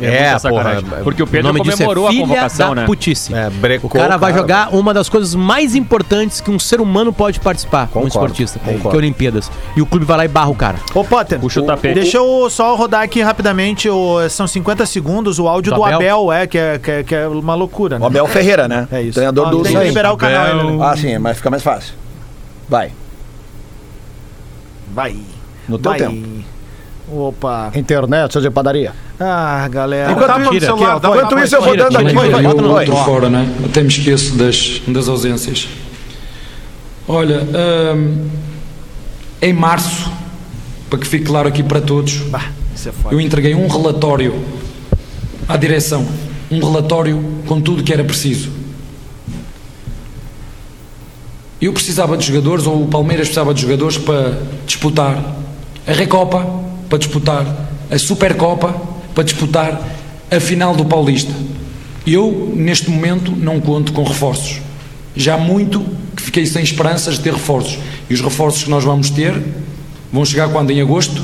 S5: É, porra.
S8: sacanagem. Porque o é Pedro
S6: nome disso é
S8: comemorou a
S6: filha
S8: convocação,
S6: da
S8: né?
S6: Putice.
S5: É,
S6: O
S5: brecou,
S6: cara vai jogar uma das coisas mais importantes que um ser humano pode participar, um esportista, que é Olimpíadas. E o clube vai lá e barra o cara.
S3: Ô, Potter.
S8: Puxa o tapete.
S3: Deixa eu só rodar aqui rapidamente, o- são 50 segundos, o áudio
S6: Do
S3: do, Abel.
S6: Abel,
S3: é, que é, que é, que é uma loucura,
S2: O
S3: né?
S2: Abel Ferreira, né?
S3: É isso.
S2: Treinador
S3: Ó,
S2: do
S3: Tem que liberar o canal
S7: Abel.
S3: ainda, né?
S2: Ah, sim, mas fica mais fácil. Vai.
S3: Vai.
S2: No teu tempo.
S3: Opa.
S4: Internet, seja padaria.
S3: Ah, galera.
S7: Tapa no
S6: tira,
S7: Tá celular, dá pra-
S2: Enquanto isso, eu vou
S6: Tira,
S2: dando aqui.
S6: tira, tira,
S2: vai,
S6: tira.
S2: vai, vai.
S10: Estou fora, né? Até me esqueço das, das ausências. Olha, hum, em março, para que fique claro aqui para todos,
S3: Ah, é
S10: eu entreguei um relatório à direção. Um relatório com tudo que era preciso. Eu precisava de jogadores, ou o Palmeiras precisava de jogadores para disputar a Recopa, para disputar a Supercopa, para disputar a final do Paulista. Eu, neste momento, não conto com reforços. Já há muito que fiquei sem esperanças de ter reforços. E os reforços que nós vamos ter vão chegar quando? Em agosto?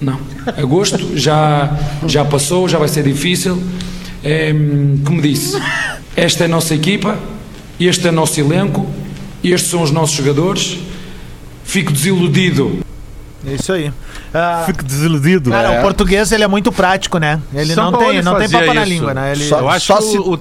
S10: Não. Agosto já, já passou, já vai ser difícil. É, hum, como disse, esta é a nossa equipa, este é o nosso elenco, estes são os nossos jogadores. Fico desiludido
S3: Isso aí. Ah,
S7: Fico desiludido.
S3: cara, o português ele é muito prático, né? Ele
S7: São
S3: não
S7: Paulo
S3: tem, não tem
S7: fazia
S3: papo na
S7: isso.
S3: língua, né? Ele...
S2: Só-
S7: Eu acho
S2: só
S7: que
S2: se-
S7: o, o-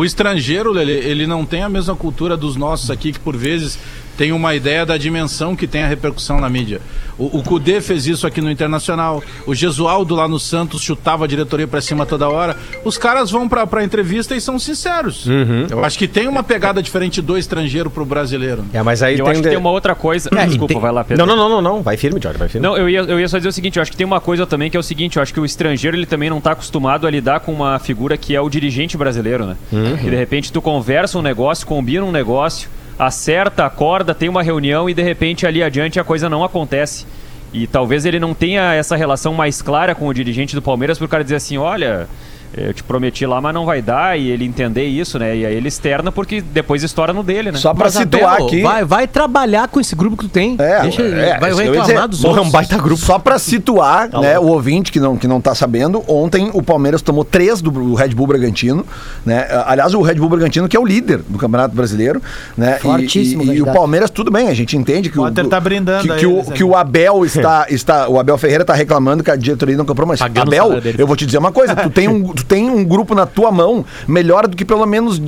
S7: o estrangeiro, Lelê, ele não tem a mesma cultura dos nossos aqui, que por vezes tem uma ideia da dimensão que tem a repercussão na mídia. O, o Cudê fez isso aqui no Internacional, o Gesualdo lá no Santos chutava a diretoria pra cima toda hora. Os caras vão pra, pra entrevista e são sinceros.
S2: Uhum.
S7: Eu acho que tem uma pegada diferente do estrangeiro pro brasileiro.
S5: É, mas aí
S8: Eu
S5: tem...
S8: acho que
S5: de-
S8: tem uma outra coisa.
S6: É, e
S8: Desculpa,
S6: tem-
S8: vai lá, Pedro.
S5: Não, não, não, não, não. Vai firme, Jorge, vai firme.
S8: Não, eu ia, eu ia só dizer o seguinte, eu acho que tem uma coisa também que é o seguinte, eu acho que o estrangeiro ele também não tá acostumado a lidar com uma figura que é o dirigente brasileiro, né? Que de repente tu conversa um negócio, combina um negócio, acerta, acorda, tem uma reunião e de repente ali adiante a coisa não acontece. E talvez ele não tenha essa relação mais clara com o dirigente do Palmeiras pro cara dizer assim, olha, eu te prometi lá, mas não vai dar, e ele entender isso, né? E aí ele externa porque depois estoura no dele, né?
S2: Só pra
S6: Mas,
S2: situar
S6: Abel,
S2: aqui.
S6: Vai, vai trabalhar com esse grupo que tu tem.
S2: É,
S6: Deixa-
S2: é,
S6: vai
S2: isso que eu ia dizer.
S6: reclamar dos
S2: Porra,
S6: outros.
S2: um baita grupo. Só pra situar, né, o ouvinte que não, que não tá sabendo, ontem o Palmeiras tomou três do, do Red Bull Bragantino, né? Ah, Aliás, o Red Bull Bragantino que é o líder do Campeonato Brasileiro, né? E-
S4: Fortíssimo
S2: E, e, o
S4: candidato.
S2: Palmeiras, tudo bem, a gente entende que
S3: Potter
S2: o
S3: tá brindando
S2: que,
S3: a
S2: que, o,
S3: eles,
S2: que o Abel está, está o Abel Ferreira tá reclamando que a diretoria não comprou, mas
S6: Pagando o
S2: Abel,
S6: salário deles.
S2: eu vou te dizer uma coisa, tu tem um, tu tem um grupo na tua mão melhor do que pelo menos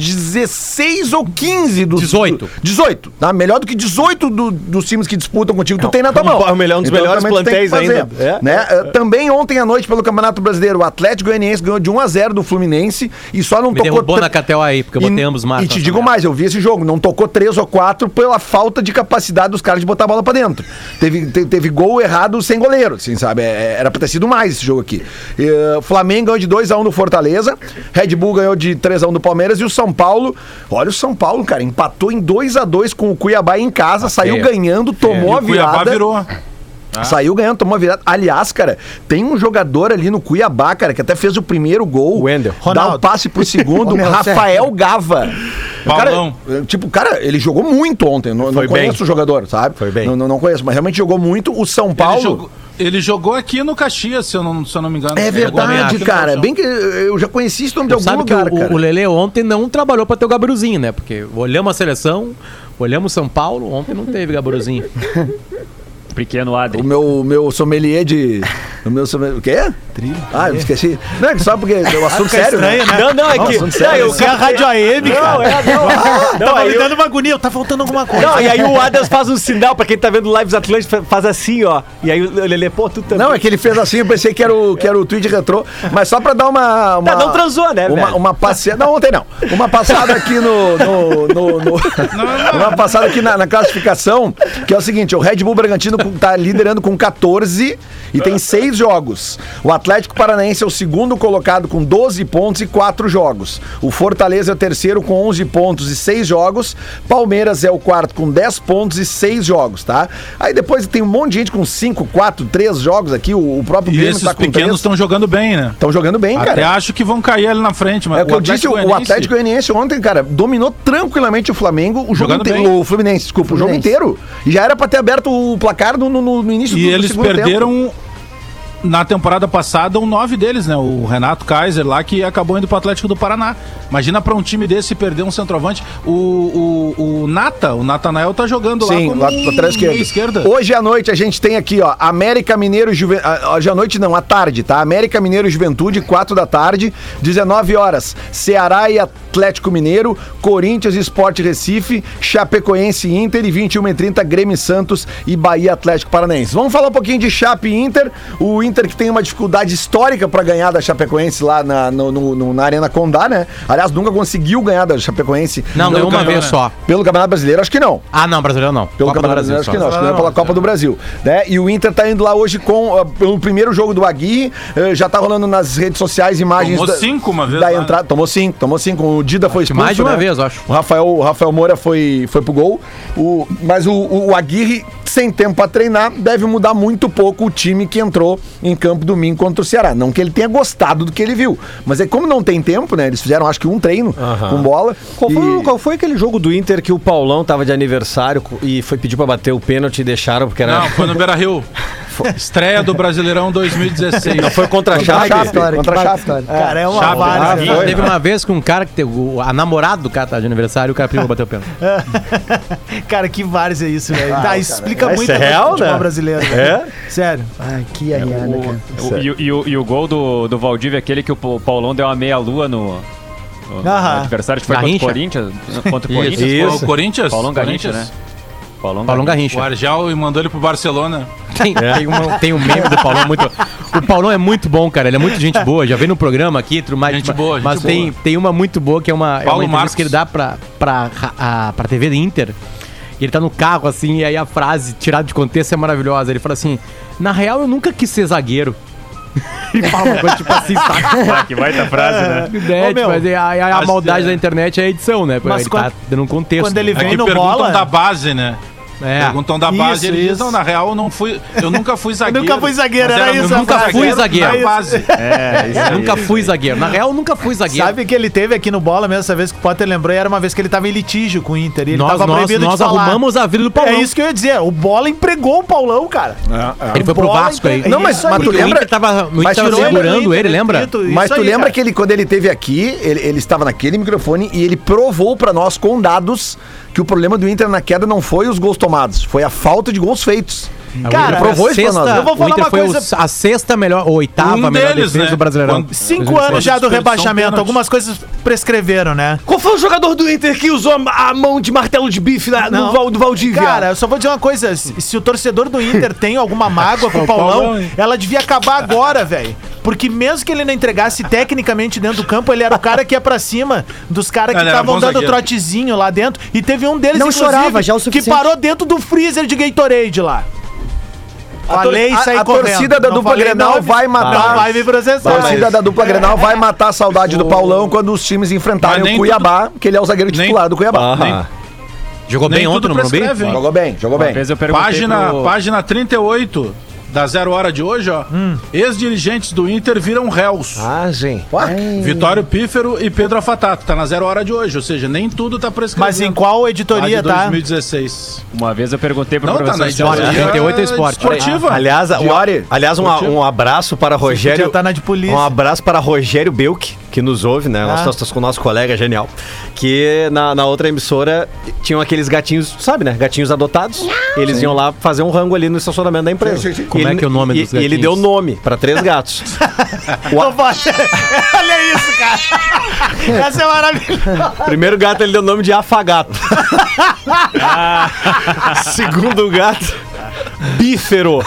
S2: 16 ou 15 dos.
S6: 18.
S2: 18, tá? Melhor do que 18 do- dos times que disputam contigo, tu tem na tua
S5: um
S2: mão. Então,
S5: pa- um melhor- um dos melhores
S2: também tu tem que
S5: plantéis
S2: fazer,
S5: ainda. É.
S2: Né? Eh, Também ontem à noite, pelo Campeonato Brasileiro, o Atlético Goianiense ganhou de 1 a 0 do Fluminense e só não
S6: Me
S2: tocou.
S6: derrubou
S2: tre-
S6: na KTO aí, porque eu
S2: e-
S6: botei ambos né? matos.
S2: E te digo mais, eu vi esse jogo, não tocou três ou quatro pela falta de capacidade dos caras de botar a bola pra dentro. Teve, te- teve gol errado sem goleiro, assim, sabe? É, era pra ter sido mais esse jogo aqui. Eh, Flamengo ganhou de 2x1 do Fortaleza, Red Bull ganhou de 3x1 do Palmeiras e o São Paulo, olha o São Paulo, cara, empatou em 2x2 com o Cuiabá em casa, saiu
S6: feia.
S2: ganhando, tomou a
S7: O Cuiabá
S2: virada.
S7: virou.
S2: Saiu ganhando, tomou a virada. Aliás, cara, tem um jogador ali no Cuiabá, cara, que até fez o primeiro gol.
S5: Wendel.
S2: Dá o
S3: Ronaldo.
S2: passe pro segundo,
S4: Ô, meu,
S2: Rafael Gava. O
S7: Paulão.
S2: Cara, eh, tipo, cara, ele jogou muito ontem. Não, não
S5: Foi bem.
S2: conheço o jogador, sabe?
S5: Foi bem.
S2: Não, não, não conheço, mas realmente jogou muito. O São
S7: Ele
S2: Paulo.
S7: jogou, ele jogou aqui no Caxias, se eu não, se eu não me engano.
S2: É
S7: Ele jogou aqui
S2: verdade,
S7: no
S2: cara.
S7: Caxias.
S2: Bem que eh, eu já conheci esse nome de algum
S6: Sabe que
S2: lugar,
S6: o,
S2: cara.
S6: o Lele ontem não trabalhou pra ter o Gabrielzinho, né? Porque olhamos a seleção, olhamos São Paulo, ontem não teve Gabrielzinho.
S8: Pequeno
S2: O
S8: Adri.
S2: meu, o meu sommelier de. O meu sommelier. O quê? Trilha. Ah, eu esqueci. Não, é que só porque é um assunto
S3: Fica
S2: sério.
S3: estranho,
S2: né?
S3: né?
S5: Não, não, é que. Não, eu-
S3: Se é a Rádio AM, cara.
S5: não,
S3: Tava
S5: aí
S3: me
S5: eu-
S3: dando uma agonia, tá faltando alguma coisa.
S5: não, e aí o Adams faz um sinal pra quem tá vendo lives Atlântico, faz assim, ó. E aí o Lelê, pô, tu também.
S2: Não, é que ele fez assim, eu pensei que era o, que era o tweet retrô. Mas só pra dar uma. uma
S5: Tá, não transou, né,
S2: Uma,
S5: velho?
S2: uma passeada. Não, ontem não. Uma passada aqui no. no- no- no- uma passada aqui na, na classificação, que é o seguinte: o Red Bull Bragantino com- tá liderando com 14 e tem 6 jogos. O Atlético Paranaense é o segundo colocado com 12 pontos e 4 jogos. O Fortaleza é o terceiro com 11 pontos e 6 jogos. Palmeiras é o quarto com 10 pontos e 6 jogos, tá? Aí depois tem um monte de gente com 5, 4, 3 jogos aqui. O, o próprio
S7: E
S2: Grêmio
S7: esses
S2: tá com
S7: pequenos
S2: 3.
S7: estão jogando bem, né?
S2: Estão jogando bem,
S7: Até
S2: cara.
S7: acho que vão cair ali na frente, mas
S2: É o que eu disse, o
S7: Goianiense-
S2: Atlético Goianiense ontem, cara, dominou tranquilamente o Flamengo, o jogo
S7: Jogando
S2: inteiro.
S7: bem.
S2: O Fluminense, desculpa,
S4: Fluminense.
S2: o jogo inteiro. E já era pra ter aberto o placar no, no- no início
S7: E
S2: do, do
S7: eles
S2: segundo
S7: perderam
S2: tempo.
S7: na temporada passada um nove deles, né? O Renato Kaiser lá que acabou indo pro Atlético do Paraná. Imagina pra um time desse perder um centroavante. O, o, o Nata, o Natanael tá jogando
S2: Sim, lá
S7: lá
S2: pra trás
S7: meia
S2: esquerda.
S7: esquerda.
S2: Hoje à noite a gente tem aqui, ó, América Mineiro e Juventude. Hoje à noite não, à tarde, tá? América Mineiro e Juventude, 4 da tarde, 19 horas. Ceará e Atlético Mineiro, Corinthians e Sport Recife, Chapecoense e Inter e 21 e 30 Grêmio e Santos e Bahia Atlético Paranaense. Vamos falar um pouquinho de Chape e Inter. O Inter que tem uma dificuldade histórica pra ganhar da Chapecoense lá na, no- no- no- na Arena Condá, né? Aliás, nunca conseguiu ganhar da Chapecoense.
S6: Não, ganhou uma
S7: ganhou,
S6: vez
S7: né?
S6: só.
S2: Pelo Campeonato Brasileiro, acho que não.
S6: Ah, não, brasileiro não.
S2: Pelo Copa Campeonato Brasileiro, acho que não. Acho que não é pela Copa do Brasil. Né? E o Inter tá indo lá hoje com ah, pelo primeiro jogo do Aguirre. eh, já tá rolando nas redes sociais imagens.
S7: Tomou
S2: da,
S7: cinco uma vez
S2: Da
S7: lá, né?
S2: entrada. Tomou cinco, tomou cinco. O Dida foi expulso.
S6: mais de uma
S2: né?
S6: vez, eu acho.
S2: O Rafael, o Rafael Moura foi, foi pro gol. O, mas o, o Aguirre, sem tempo pra treinar, deve mudar muito pouco o time que entrou em campo domingo contra o Ceará. Não que ele tenha gostado do que ele viu. Mas é que como não tem tempo, né? Eles fizeram acho que um treino com bola.
S5: Qual foi,
S2: e-
S5: o- qual foi aquele jogo do Inter que o Paulão tava de aniversário co- e foi pedir pra bater o pênalti e deixaram porque era.
S7: Não, foi no Beira Rio. Estreia do Brasileirão 2016.
S5: Não, foi contra a
S6: Tá
S2: Chape,
S5: Chape.
S4: Baita história,
S2: contra
S4: que
S2: a
S4: baita
S2: Chape.
S4: história.
S3: Cara, é uma
S7: Chato,
S3: várzea.
S2: né?
S6: E
S2: Foi,
S6: Ah, teve uma vez que um cara que teve, o- a namorada do cara tá de aniversário e o cara primo bateu o pênalti.
S3: Cara, que várzea é isso, velho. tá, isso explica
S5: Mas
S3: muito
S5: isso é
S3: a coisa do
S5: real,
S3: futebol
S5: né?
S3: brasileiro.
S5: É?
S3: Sério.
S4: Ai, né, que arriada, cara.
S8: O- e, o- e o, e o gol do, do Valdívia, é aquele que o Pa- Paulão deu uma meia-lua no, no
S3: Aham.
S8: adversário, acho que foi contra o
S6: Garrincha.
S8: Corinthians. Contra o Corinthians.
S7: Foi
S5: Isso.
S7: O Corinthians?
S8: Paulão Garrincha,
S7: Corinthians.
S8: Paulão,
S6: Paulão
S8: Garrincha.
S7: O
S6: Garrincha.
S7: Arjal e mandou ele pro Barcelona.
S6: Tem,
S5: É.
S6: tem, uma- tem um meme do Paulão muito. O Paulão é muito bom, cara. Ele é muito gente boa. Já veio no programa aqui, tudo mais.
S7: Gente
S6: mas-
S7: boa, gente
S6: mas Tem, tem uma muito boa que é uma, é
S7: Paulo
S6: uma entrevista
S7: Marcos.
S6: que ele dá pra, pra, a, pra TV da Inter. E ele tá no carro, assim, e aí a frase tirada de contexto é maravilhosa. Ele fala assim: Na real, eu nunca quis ser zagueiro. Ele fala uma coisa tipo assim, saca?
S8: Ah, que baita frase, né?
S6: É,
S3: Ô, meu,
S6: tipo, mas é- a, a- a
S7: mas,
S6: maldade
S7: é.
S6: da internet é a edição, né?
S3: Mas
S6: ele
S3: quando-
S6: tá dando um contexto.
S3: quando ele
S6: né?
S7: É
S3: Vem
S7: que
S3: no
S7: perguntam
S3: bola.
S7: da base, né?
S6: É.
S7: Perguntam da
S3: Isso,
S7: base, ele diz,
S3: isso.
S7: não, na real, eu não fui, eu nunca fui zagueiro.
S3: nunca fui zagueiro,
S7: Mas
S3: era isso a
S7: Eu nunca
S3: frase.
S7: fui
S6: Era
S7: zagueiro
S6: isso.
S7: na base.
S8: É, isso aí.
S6: Nunca fui zagueiro. Na real, eu nunca fui zagueiro.
S3: Sabe que ele teve aqui no bola mesmo, essa vez que o Potter lembrou, e era uma vez que ele tava em litígio com o Inter. E ele
S6: nós
S3: tava
S6: nós,
S3: proibido
S6: nós
S3: de falar.
S6: arrumamos a vida do
S3: É
S6: Paulão.
S3: isso que eu ia dizer. O Bola empregou o Paulão, cara.
S6: Ele foi pro
S3: Bola
S6: Vasco aí.
S3: entre-
S2: Não, mas,
S3: Isso aí,
S2: mas tu
S6: Porque o
S2: lembra?
S6: Inter tava, o Inter
S2: mas
S6: tava
S2: tu lembra-
S6: segurando ele, lembra?
S2: Mas tu lembra que
S3: ele
S2: ele, quando ele teve aqui, ele, ele estava naquele microfone e ele provou pra nós com dados que o problema do Inter na queda não foi os gols tomados, foi a falta de gols feitos.
S3: Cara,
S6: É Inter foi a
S3: sexta-
S6: sexta,
S3: eu vou falar
S6: o Inter
S3: uma
S6: foi o-
S3: coisa-
S6: a sexta melhor, ou oitava
S7: Um
S6: melhor
S7: deles,
S6: defesa
S7: né?
S6: do Brasileirão.
S7: Quando-
S3: Cinco anos já do
S6: um
S3: rebaixamento,
S7: pênalti.
S3: algumas coisas prescreveram, né?
S5: Qual foi o jogador do Inter que usou a mão de martelo de bife na,
S3: Não.
S5: no Val- do Valdívia?
S3: Cara, eu só vou dizer uma coisa: se se o torcedor do Inter tem alguma mágoa com o Paulão,
S2: é um-
S7: Paulão, hein?
S3: ela devia acabar agora, velho. Porque mesmo que ele não entregasse tecnicamente dentro do campo, ele era o cara que ia pra cima dos caras que
S7: Ele era
S3: estavam
S7: bom
S3: dando
S7: zagueiro.
S3: trotezinho lá dentro. E teve um deles,
S4: Não
S3: inclusive,
S4: chorava, já é o
S3: que
S4: suficiente.
S3: parou dentro do freezer de Gatorade lá. Falei e
S2: a-
S3: saí
S2: a
S3: correndo.
S2: torcida da
S3: Não
S2: dupla
S3: falei,
S2: Grenal
S3: não,
S2: vai matar-
S3: Não vai me
S2: A
S3: processar.
S2: torcida da dupla Grenal vai matar a saudade do Paulão quando os times
S7: Mas
S2: enfrentarem
S7: nem
S2: o Cuiabá, que ele é o zagueiro
S7: nem-
S2: titular do Cuiabá.
S7: Nem-
S6: Jogou
S7: nem
S6: bem ontem
S7: tudo
S6: no Morumbi?
S7: prescreve, hein?
S2: Jogou bem, jogou
S8: Uma
S2: bem.
S8: vez eu perguntei
S7: Página,
S8: pro-
S7: página 38 da Zero Hora de hoje, ó.
S3: Hum.
S7: Ex-dirigentes do Inter viram réus.
S5: Ah, sim.
S6: É.
S7: Vitório Pífero e Pedro Afatato. Tá na Zero Hora de hoje, ou seja, nem tudo tá prescrito.
S3: Mas em qual editoria tá?
S7: 2016.
S8: Uma vez eu perguntei pro
S7: Não, tá
S8: professor
S7: na
S8: Esporte.
S7: editoria
S6: 38 é esporte.
S7: Esportiva.
S5: Aliás, o,
S2: Diori.
S5: aliás um, a- um abraço para Rogério.
S3: podia tá na de polícia.
S5: Um abraço para Rogério Belk, que nos ouve, né? Nós estamos com o nosso colega genial. Que na, na outra emissora tinham aqueles gatinhos, sabe, né? Gatinhos adotados. Eles iam lá fazer um rango ali no estacionamento da empresa.
S6: Como é que é o nome
S5: e,
S6: dos
S5: E ele
S6: gatinhos?
S5: deu nome para três gatos.
S3: Não pode. Olha isso, cara. Essa é maravilhosa.
S5: Primeiro gato ele deu o nome de Afagato. Segundo gato, Bífero.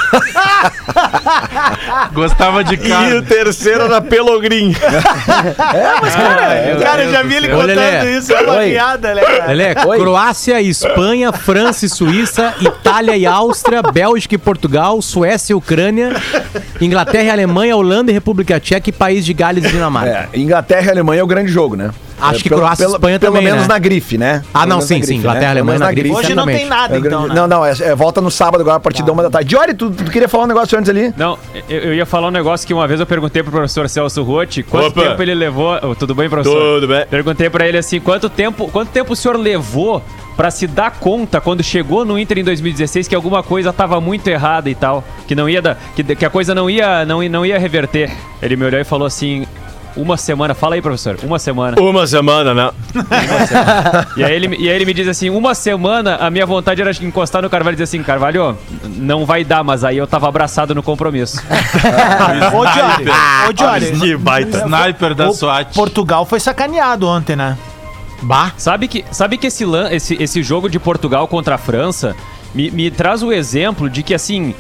S7: Gostava de
S5: E o
S7: cara.
S5: terceiro era Pelogrim.
S3: É, Cara, eu já vi ele
S6: céu. Ô,
S3: contando
S6: Lelé.
S3: isso. É uma
S2: Oi.
S3: piada, né, cara?
S6: Lelé, Croácia, Espanha, França e Suíça, Itália e Áustria, Bélgica e Portugal, Suécia e Ucrânia, Inglaterra e Alemanha, Holanda e República Tcheca e País de Gales e Dinamarca.
S2: É, Inglaterra e Alemanha é o grande jogo, né?
S6: Acho
S2: É,
S6: que Croácia e Espanha
S2: pelo
S6: também,
S2: menos
S6: né?
S2: na grife, né?
S6: Ah,
S2: Pelo
S6: não,
S2: menos
S6: sim,
S2: na
S6: sim.
S2: grife,
S6: Inglaterra e
S2: Pelo
S6: Alemanha
S2: menos
S6: na grife.
S3: Hoje não tem
S6: Certamente.
S3: nada,
S2: É o grande-
S3: então, né?
S2: Não, não, é, é volta no sábado agora, a partir da uma da tarde. Diori, tu, tu queria falar um negócio antes ali?
S8: Não, eu, eu ia falar um negócio que uma vez eu perguntei pro professor Celso Rotti quanto
S1: Opa.
S8: tempo ele levou. Ô, tudo bem, professor?
S1: Tudo bem.
S8: Perguntei pra ele assim, quanto tempo, quanto tempo o senhor levou pra se dar conta quando chegou no Inter em 2016 que alguma coisa tava muito errada e tal, que não ia dar, que, que a coisa não ia, não, ia- não ia reverter. Ele me olhou e falou assim: uma semana, fala aí, professor, uma semana.
S1: Uma semana, né?
S8: E aí, ele, me- e aí ele me diz assim, uma semana a minha vontade era de encostar no Carvalho e dizer assim, Carvalho, não vai dar, mas aí eu tava abraçado no compromisso.
S3: Ô, Johnny. Ô, Johnny.
S1: Que
S6: tá.
S1: baita.
S7: Sniper da
S3: o
S7: SWAT.
S3: Portugal foi sacaneado ontem, né?
S6: Bah.
S8: Sabe que, sabe que esse, lan, esse, esse jogo de Portugal contra a França me, me traz o exemplo de que, assim,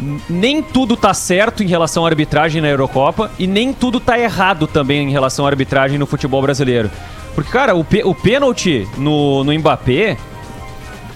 S8: n- nem tudo tá certo em relação à arbitragem na Eurocopa e nem tudo tá errado também em relação à arbitragem no futebol brasileiro. Porque, cara, o, pe- o pênalti no, no Mbappé,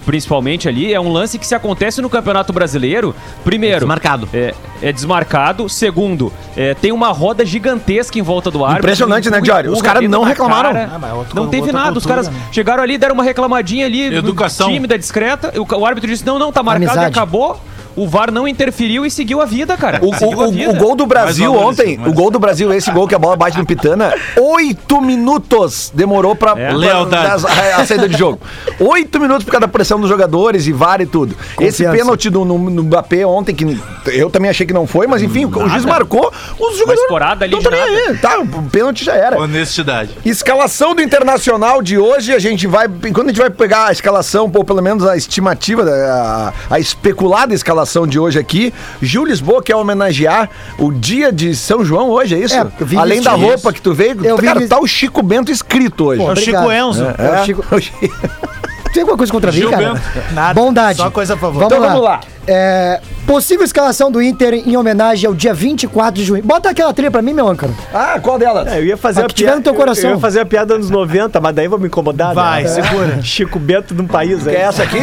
S8: principalmente ali, é um lance que se acontece no Campeonato Brasileiro, primeiro...
S6: Desmarcado.
S8: É, é desmarcado. Segundo, é, tem uma roda gigantesca em volta do árbitro.
S2: Impressionante, né,
S8: Empurra
S2: Diori? Os caras
S8: dedo
S2: não
S8: na
S2: reclamaram.
S8: cara.
S3: Ah, mas é outro-
S8: não teve
S3: outra
S8: nada. Os
S3: cultura,
S8: caras
S3: né?
S8: chegaram ali, deram uma reclamadinha ali.
S7: Educação.
S8: Tímida, discreta. O, ca- o árbitro disse: não, não, tá marcado e
S4: Amizade.
S8: acabou. O VAR não interferiu e seguiu a vida, cara.
S2: O, o-
S8: Seguiu a
S2: o-
S8: vida.
S2: o gol do Brasil
S7: Mais valores,
S8: assim,
S2: ontem,
S7: mais.
S2: o gol do Brasil, esse gol que a bola bate no Pitana, oito minutos demorou pra,
S8: É.
S2: pra-
S7: Lealdade.
S2: pra- a, a saída de jogo. Oito minutos por causa da pressão dos jogadores e VAR e tudo. Esse
S4: Confiança.
S2: pênalti do, no, no Mbappé ontem, que eu também achei que não foi, mas enfim, o juiz marcou, os jogadores
S8: escorada ali
S2: não tá
S8: de
S2: nem
S8: nada.
S2: aí, tá, o pênalti já era.
S7: Honestidade.
S2: Escalação do Internacional de hoje, a gente vai. Quando a gente vai pegar a escalação, ou pelo menos a estimativa, né, a, a especulada escalação de hoje aqui, Gil Lisboa quer homenagear o dia de São João hoje, é isso?
S4: É, eu vi
S2: Além da
S4: isso.
S2: roupa que tu veio,
S4: Eu vi
S2: cara,
S4: isso.
S2: tá o Chico Bento escrito hoje.
S3: É o Chico Enzo.
S4: É. o Chico- Tem alguma coisa contra mim,
S7: Gil
S4: cara?
S7: Bento.
S3: Nada.
S4: Bondade.
S3: Só coisa a favor.
S4: Vamos
S2: Então
S4: lá.
S2: vamos lá.
S4: É, possível escalação do Inter em homenagem ao dia 24 de junho. Bota aquela trilha pra mim, meu âncora.
S2: Ah, qual delas?
S5: É, eu ia fazer
S2: Tá
S4: Ah,
S5: a
S4: que tiver
S5: piada.
S4: no teu coração.
S5: Eu, eu ia fazer a piada anos 90, mas daí vou me incomodar.
S3: Vai,
S5: né?
S3: segura.
S5: Chico Bento de um país aí.
S2: É essa aqui?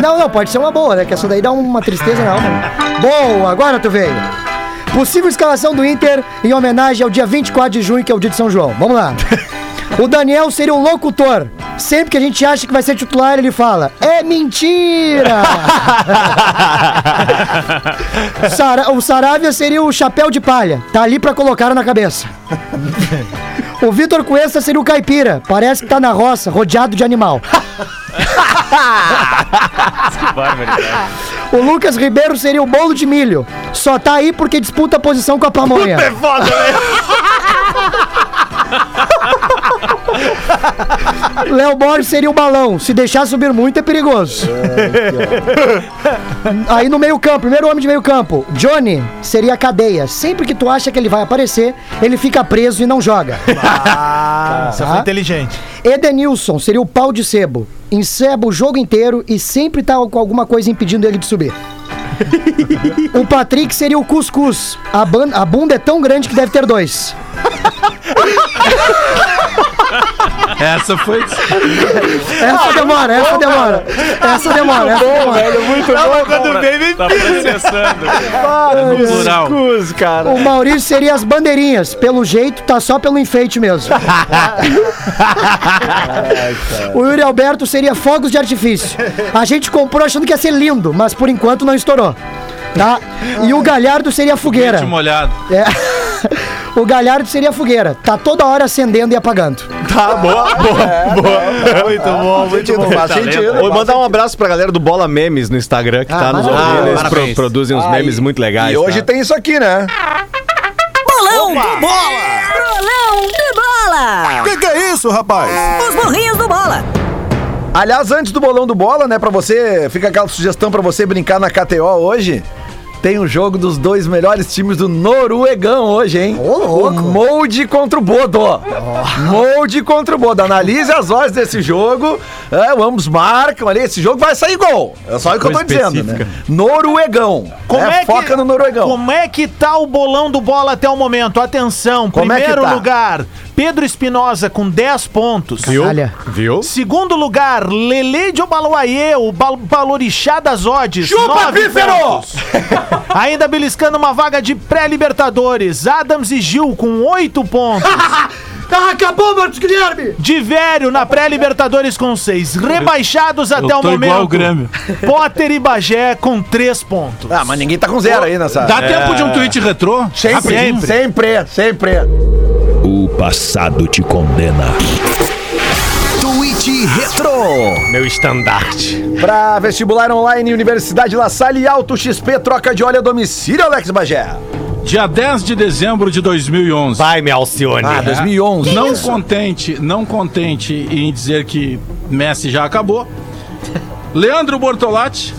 S4: Não, não, pode ser uma boa, né? Que essa daí dá uma tristeza na alma. né? Boa, agora tu veio. Possível escalação do Inter em homenagem ao dia 24 de junho, que é o dia de São João. Vamos lá. O Daniel seria um locutor. Sempre que a gente acha que vai ser titular, ele fala: É mentira! Sara- o Saravia seria o chapéu de palha. Tá ali pra colocar na cabeça. O Vitor Cuesta seria o caipira. Parece que tá na roça, rodeado de animal.
S8: Tá
S4: O Lucas Ribeiro seria o bolo de milho. Só tá aí porque disputa a posição com a pamonha.
S1: É foda, né?
S4: Léo Borges seria o balão. Se deixar subir muito é perigoso. Aí no meio campo, primeiro homem de meio campo, Johnny seria a cadeia. Sempre que tu acha que ele vai aparecer, ele fifica preso e não joga.
S2: Ah.
S3: Você foi
S4: Tá.
S3: inteligente.
S4: Edenilson seria o pau de sebo. Enceba o jogo inteiro e sempre tá com alguma coisa impedindo ele de subir. o Patrick seria o cuscuz. A, ban- a bunda é tão grande que deve ter dois.
S7: Essa foi.
S4: Essa demora, essa demora. Essa demora, essa demora.
S8: Quando vem, vem Tá processando.
S7: No plural.
S4: O Maurício seria as bandeirinhas. Pelo jeito, tá só pelo enfeite mesmo. o Yuri Alberto seria fogos de artifício. A gente comprou achando que ia ser lindo, mas por enquanto não estourou. Tá? E o Galhardo seria fogueira.
S7: Leite molhado.
S4: É. O Galhardo seria fogueira. Tá toda hora acendendo e apagando.
S5: Tá, boa, boa, boa.
S3: Muito bom, muito bom.
S2: faz sentido.
S5: Vou mandar um abraço pra galera do Bola Memes no Instagram, que tá nos
S2: maravilha.
S5: ouvindo. Eles
S6: Ah,
S5: pro-
S6: parabéns.
S5: produzem uns memes muito legais.
S2: E hoje
S5: tá?
S2: tem isso aqui, né?
S11: Bolão do Bola! Bolão do Bola!
S1: Que que é isso, rapaz?
S11: Os burrinhos do Bola!
S2: Aliás, antes do bolão do bola, né, pra você, fica aquela sugestão pra você brincar na KTO hoje. Tem o jogo dos dois melhores times do Noruegão hoje, hein?
S4: Ô, louco.
S2: O Molde contra o Bodo. Molde contra o Bodo. Analise as odds desse jogo. É, ambos marcam ali. Esse jogo vai sair gol. É só o que eu tô dizendo, né? Noruegão.
S3: Como é, que,
S2: Foca no Noruegão.
S3: Como é que tá o bolão do bola até o momento? Atenção,
S2: Como é que
S3: primeiro
S2: tá?
S3: lugar, Pedro Espinosa com 10 pontos.
S4: Olha,
S5: Viu?
S3: Segundo lugar, Lele de Obaloaiê, o bal balorixá das odds. Chupa, Pífero! Ainda beliscando uma vaga de pré-libertadores, Adams e Gil com 8 pontos.
S4: Ah, acabou, Marcos Guilherme!
S3: Divério na pré-libertadores com 6. Rebaixados até
S7: tô
S3: o momento.
S7: igual o Grêmio.
S3: Potter e Bagé com 3 pontos.
S2: Ah, mas ninguém tá com zero aí nessa.
S7: Dá tempo de um tweet retrô?
S2: Sempre,
S7: Rapidinho.
S2: sempre, sempre.
S9: O passado te condena. Tweet Retro.
S5: Meu estandarte.
S2: Para vestibular online, Universidade La Salle e Alto XP, troca de óleo a domicílio, Alex Bagé.
S7: Dia 10 de dezembro de 2011.
S5: Vai, meu Alcione.
S2: Ah, 2011.
S7: Não contente, não contente em dizer que Messi já acabou. Leandro Bortolatti,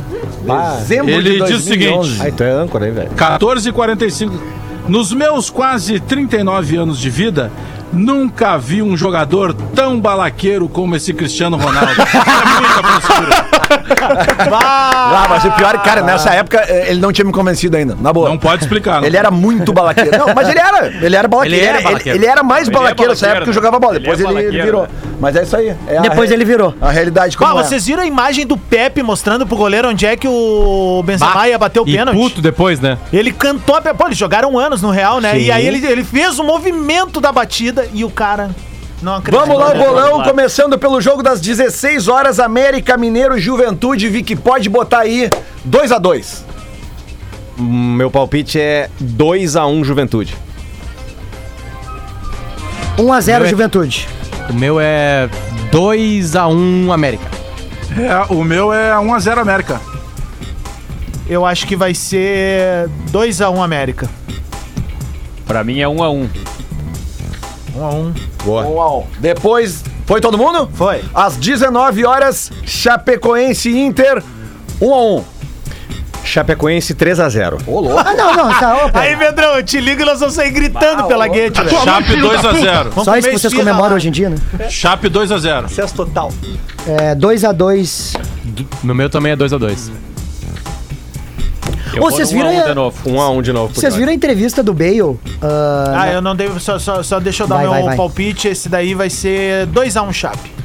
S2: Dezembro
S7: Ele diz o
S5: Ah, então é âncora, hein, velho?
S7: 14h45. Nos meus quase 39 anos de vida, nunca vi um jogador tão balaqueiro como esse Cristiano Ronaldo. É muita frescura.
S2: Ah, mas o pior, cara, nessa época eh, ele não tinha me convencido ainda, na boa.
S7: Não pode explicar. Não
S2: Ele era muito balaqueiro. Não, mas ele era. Ele era balaqueiro. Ele
S6: Ele
S2: era,
S6: era
S2: ele-
S6: balaqueiro.
S2: ele era mais
S8: Ele é
S2: balaqueiro nessa época que eu jogava
S8: balaqueiro,
S2: bola.
S8: né?
S2: Depois
S8: Ele é
S2: ele, ele
S8: balaqueiro,
S2: virou.
S8: né?
S2: Mas é isso aí. é a
S4: Depois
S2: re-
S4: ele virou.
S2: A realidade como
S3: Pá,
S2: é.
S3: vocês viram a imagem do Pepe mostrando pro goleiro onde é que o Benzema
S6: Bah,
S3: ia bater o
S6: E
S3: pênalti?
S6: puto depois, né?
S3: Ele cantou a pe- Pô, eles jogaram anos no Real, né? E aí ele, ele fez o movimento da batida e o cara não acreditou.
S2: Vamos lá, é o
S3: né?
S2: bolão, começando pelo jogo das 16 horas, América Mineiro, Juventude, vi que pode botar aí 2 a 2
S5: Meu palpite é 2x1 Juventude.
S4: 1x0 Juventude.
S6: O meu é 2x1 América.
S7: É, o meu é 1x0 América.
S3: Eu acho que vai ser 2x1 América.
S8: Pra mim é um a um.
S3: 1x1.
S2: Uau. Depois, foi todo mundo?
S3: Foi.
S2: Às 19 horas, Chapecoense e Inter, 1 a 1.
S5: Chapecoense 3x0.
S4: Ah, não, não, tá, opa.
S3: Aí, Pedrão, eu te ligo e nós vamos sair gritando pela guete, velho.
S7: Chape 2x0.
S3: Vamos
S4: tá Só isso
S3: comer
S4: que vocês
S3: esfirra
S4: comemoram
S3: lá.
S4: hoje em dia, né?
S7: Chape 2x0.
S2: Sucesso total.
S4: É, 2x2.
S6: No meu também é 2x2.
S4: Ô, vocês viram
S8: um a um
S4: a-
S8: de novo.
S5: 1x1 de novo. por
S4: Vocês
S5: enquanto.
S4: viram a entrevista do Bale? Ah,
S3: Ah, eu não devo. Só, só, só deixa eu dar
S4: Vai,
S3: meu
S4: vai, vai.
S3: palpite. Esse daí vai ser 2x1 Chape.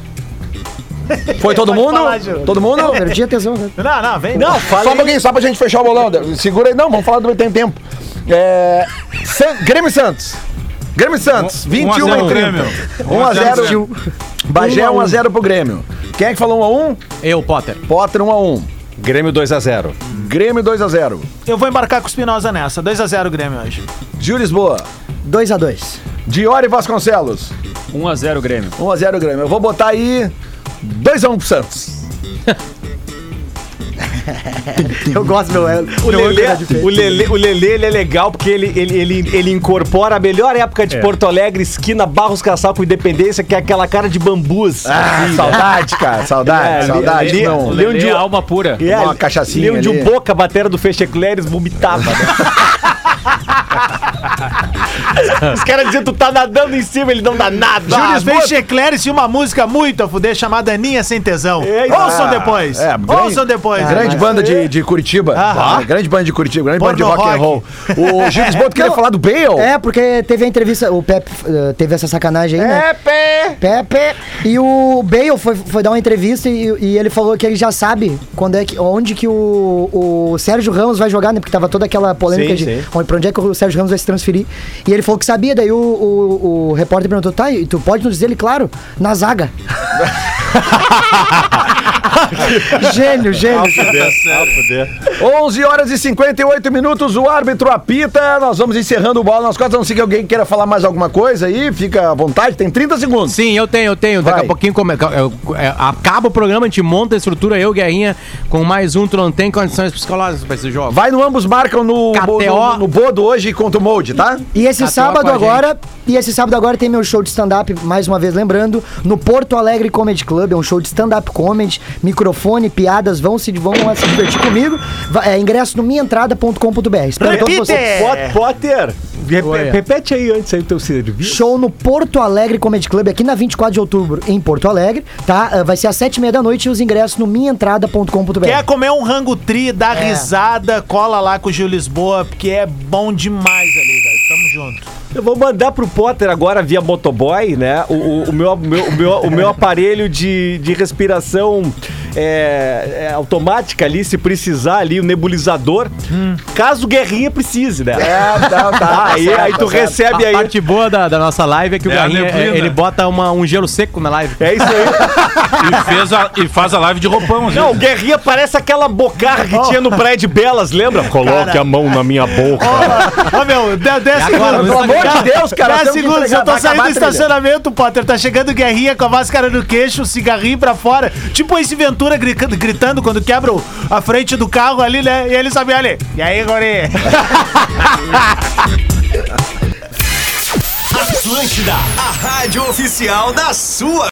S2: Foi todo
S3: Pode
S2: mundo?
S3: falar, Gil.
S2: todo mundo?
S4: não, perdi a atenção. né?
S3: Não, não, vem.
S2: Não, fala só um pouquinho, só pra gente fechar o bolão. Segura aí. Não, vamos falar do tem tempo. É, San- Grêmio e Santos. Grêmio e Santos, 21
S7: 1 a 0
S2: e um 30.
S7: Grêmio.
S2: 1 a 0
S7: Gil.
S2: Bagé 1 a 0 pro Grêmio. Quem é que falou 1 a 1?
S6: Eu, Potter.
S2: Potter 1 a 1.
S5: Grêmio 2x0.
S2: Grêmio 2 a 0.
S3: Eu vou embarcar com o Espinosa nessa. 2x0 Grêmio hoje.
S2: Gil Lisboa,
S4: 2x2.
S2: Diori Vasconcelos.
S8: 1 a 0 Grêmio.
S2: 1x0 Grêmio. Eu vou botar aí 2x1 pro Santos.
S4: Eu gosto, meu. é-
S5: O
S4: meu
S5: Lelê,
S4: âncora de peito.
S5: o Lelê, o Lelê, ele é legal porque ele, ele, ele, ele incorpora a melhor época
S6: É.
S5: de Porto Alegre, esquina Barros Caçal com Independência, que é aquela cara de bambus.
S6: É.
S2: Ah, saudade, cara. Saudade,
S5: né? É, ali-
S2: saudade.
S5: ali-
S2: não.
S5: Leão
S8: Lelê
S5: de-
S8: é alma pura.
S5: É,
S2: Uma cachaçinha
S5: Leão de
S2: ali.
S5: boca, batera do Fechecleres, vomitava. Os caras diziam, tu tá nadando em cima, ele não dá nada.
S3: Júlio Bechecleres tinha uma música muito a fuder chamada Aninha Sem Tesão.
S5: Eita.
S3: Ouçam depois.
S2: É, grande-
S3: Ouçam depois. É.
S2: Grande banda
S5: é.
S2: de, de Curitiba.
S3: Aham.
S2: Ah, Grande banda de Curitiba, grande banda de
S3: Porno
S2: rock, and roll. O Gil Lisboa tu queria
S4: Não.
S2: falar do Bale?
S4: É, porque teve a entrevista, o Pepe eh, teve essa sacanagem aí, né?
S2: Pepe!
S4: Pepe! E o Bale foi, foi dar uma entrevista e, e ele falou que ele já sabe quando é que, onde que o, o Sérgio Ramos vai jogar, né? Porque tava toda aquela polêmica de
S5: Sim, sim.
S4: onde, pra onde é que o Sérgio Ramos vai se transferir. E ele falou que sabia, daí o, o, o repórter perguntou, tá, e tu pode nos dizer ele, claro, na zaga. gênio, gênio.
S2: 11 horas e 58 minutos, o árbitro apita. Nós vamos encerrando o bola nas costas. A não sei que alguém queira falar mais alguma coisa aí, fica à vontade, tem 30 segundos.
S6: Sim, eu tenho, eu tenho. Daqui
S2: Vai.
S6: a pouquinho come- eu- é, acaba o programa, a gente monta a estrutura, eu, Guerrinha, com mais um. Tu não tem condições psicológicas pra esse jogo.
S2: Vai no ambos marcam no,
S6: KTO.
S2: no, no Bodo hoje contra o Molde, tá?
S4: E esse
S6: Atua
S4: sábado
S6: com a
S4: agora, e esse sábado agora tem meu show de stand-up, mais uma vez lembrando, no Porto Alegre Comedy Club, é um show de stand-up comedy, microfone, piadas, vão se, vão lá se divertir comigo. Va- É, ingresso no minhaentrada.com.br. Espero todos vocês.
S5: Então, Pot- Potter, rep-
S6: Oi.
S5: repete aí antes aí o teu serviço.
S4: Show no Porto Alegre Comedy Club, aqui na 24 de outubro, em Porto Alegre, tá? Ah, Vai ser às sete e meia da noite e os ingressos no minhaentrada.com.br.
S3: Quer comer um rango tri, dá
S4: É.
S3: risada, cola lá com o Gil Lisboa, porque é bom demais ali, velho. Tamo junto.
S5: Eu vou mandar pro Potter agora via motoboy, né? O, o- o meu, o meu, o meu, o meu aparelho de, de respiração é, é, automática ali, se precisar ali, o nebulizador. Caso o Guerrinha precise, né?
S2: É, tá, tá.
S5: aí, aí tu recebe
S6: a
S5: aí.
S6: parte boa da, da nossa live é que o
S7: É a
S6: Guerrinha,
S7: neblina.
S6: é, ele bota uma- um gelo seco na live.
S5: É isso aí.
S7: E, fez a- e faz a live de roupão, às
S5: Não, o
S7: vezes. né?
S5: Guerrinha parece aquela bocarra que tinha no Praia de Belas, lembra? Coloque a mão na minha boca.
S3: Ó, meu, 10
S6: agora, tá
S3: segundos.
S6: no
S2: Pelo amor de Deus, cara.
S3: 10
S2: temos que
S3: tá. segundos,
S2: entregar,
S3: eu tô
S2: vai
S3: saindo
S2: acabar
S3: do
S2: a trilha.
S3: estacionamento, Potter. Tá chegando guerrinha com a máscara no queixo, o cigarrinho pra fora. Tipo esse Ventura gri- gritando quando quebra o- a frente do carro ali, né? E ele sabe, olha. E aí, guri?
S1: Atlântida, a rádio oficial da sua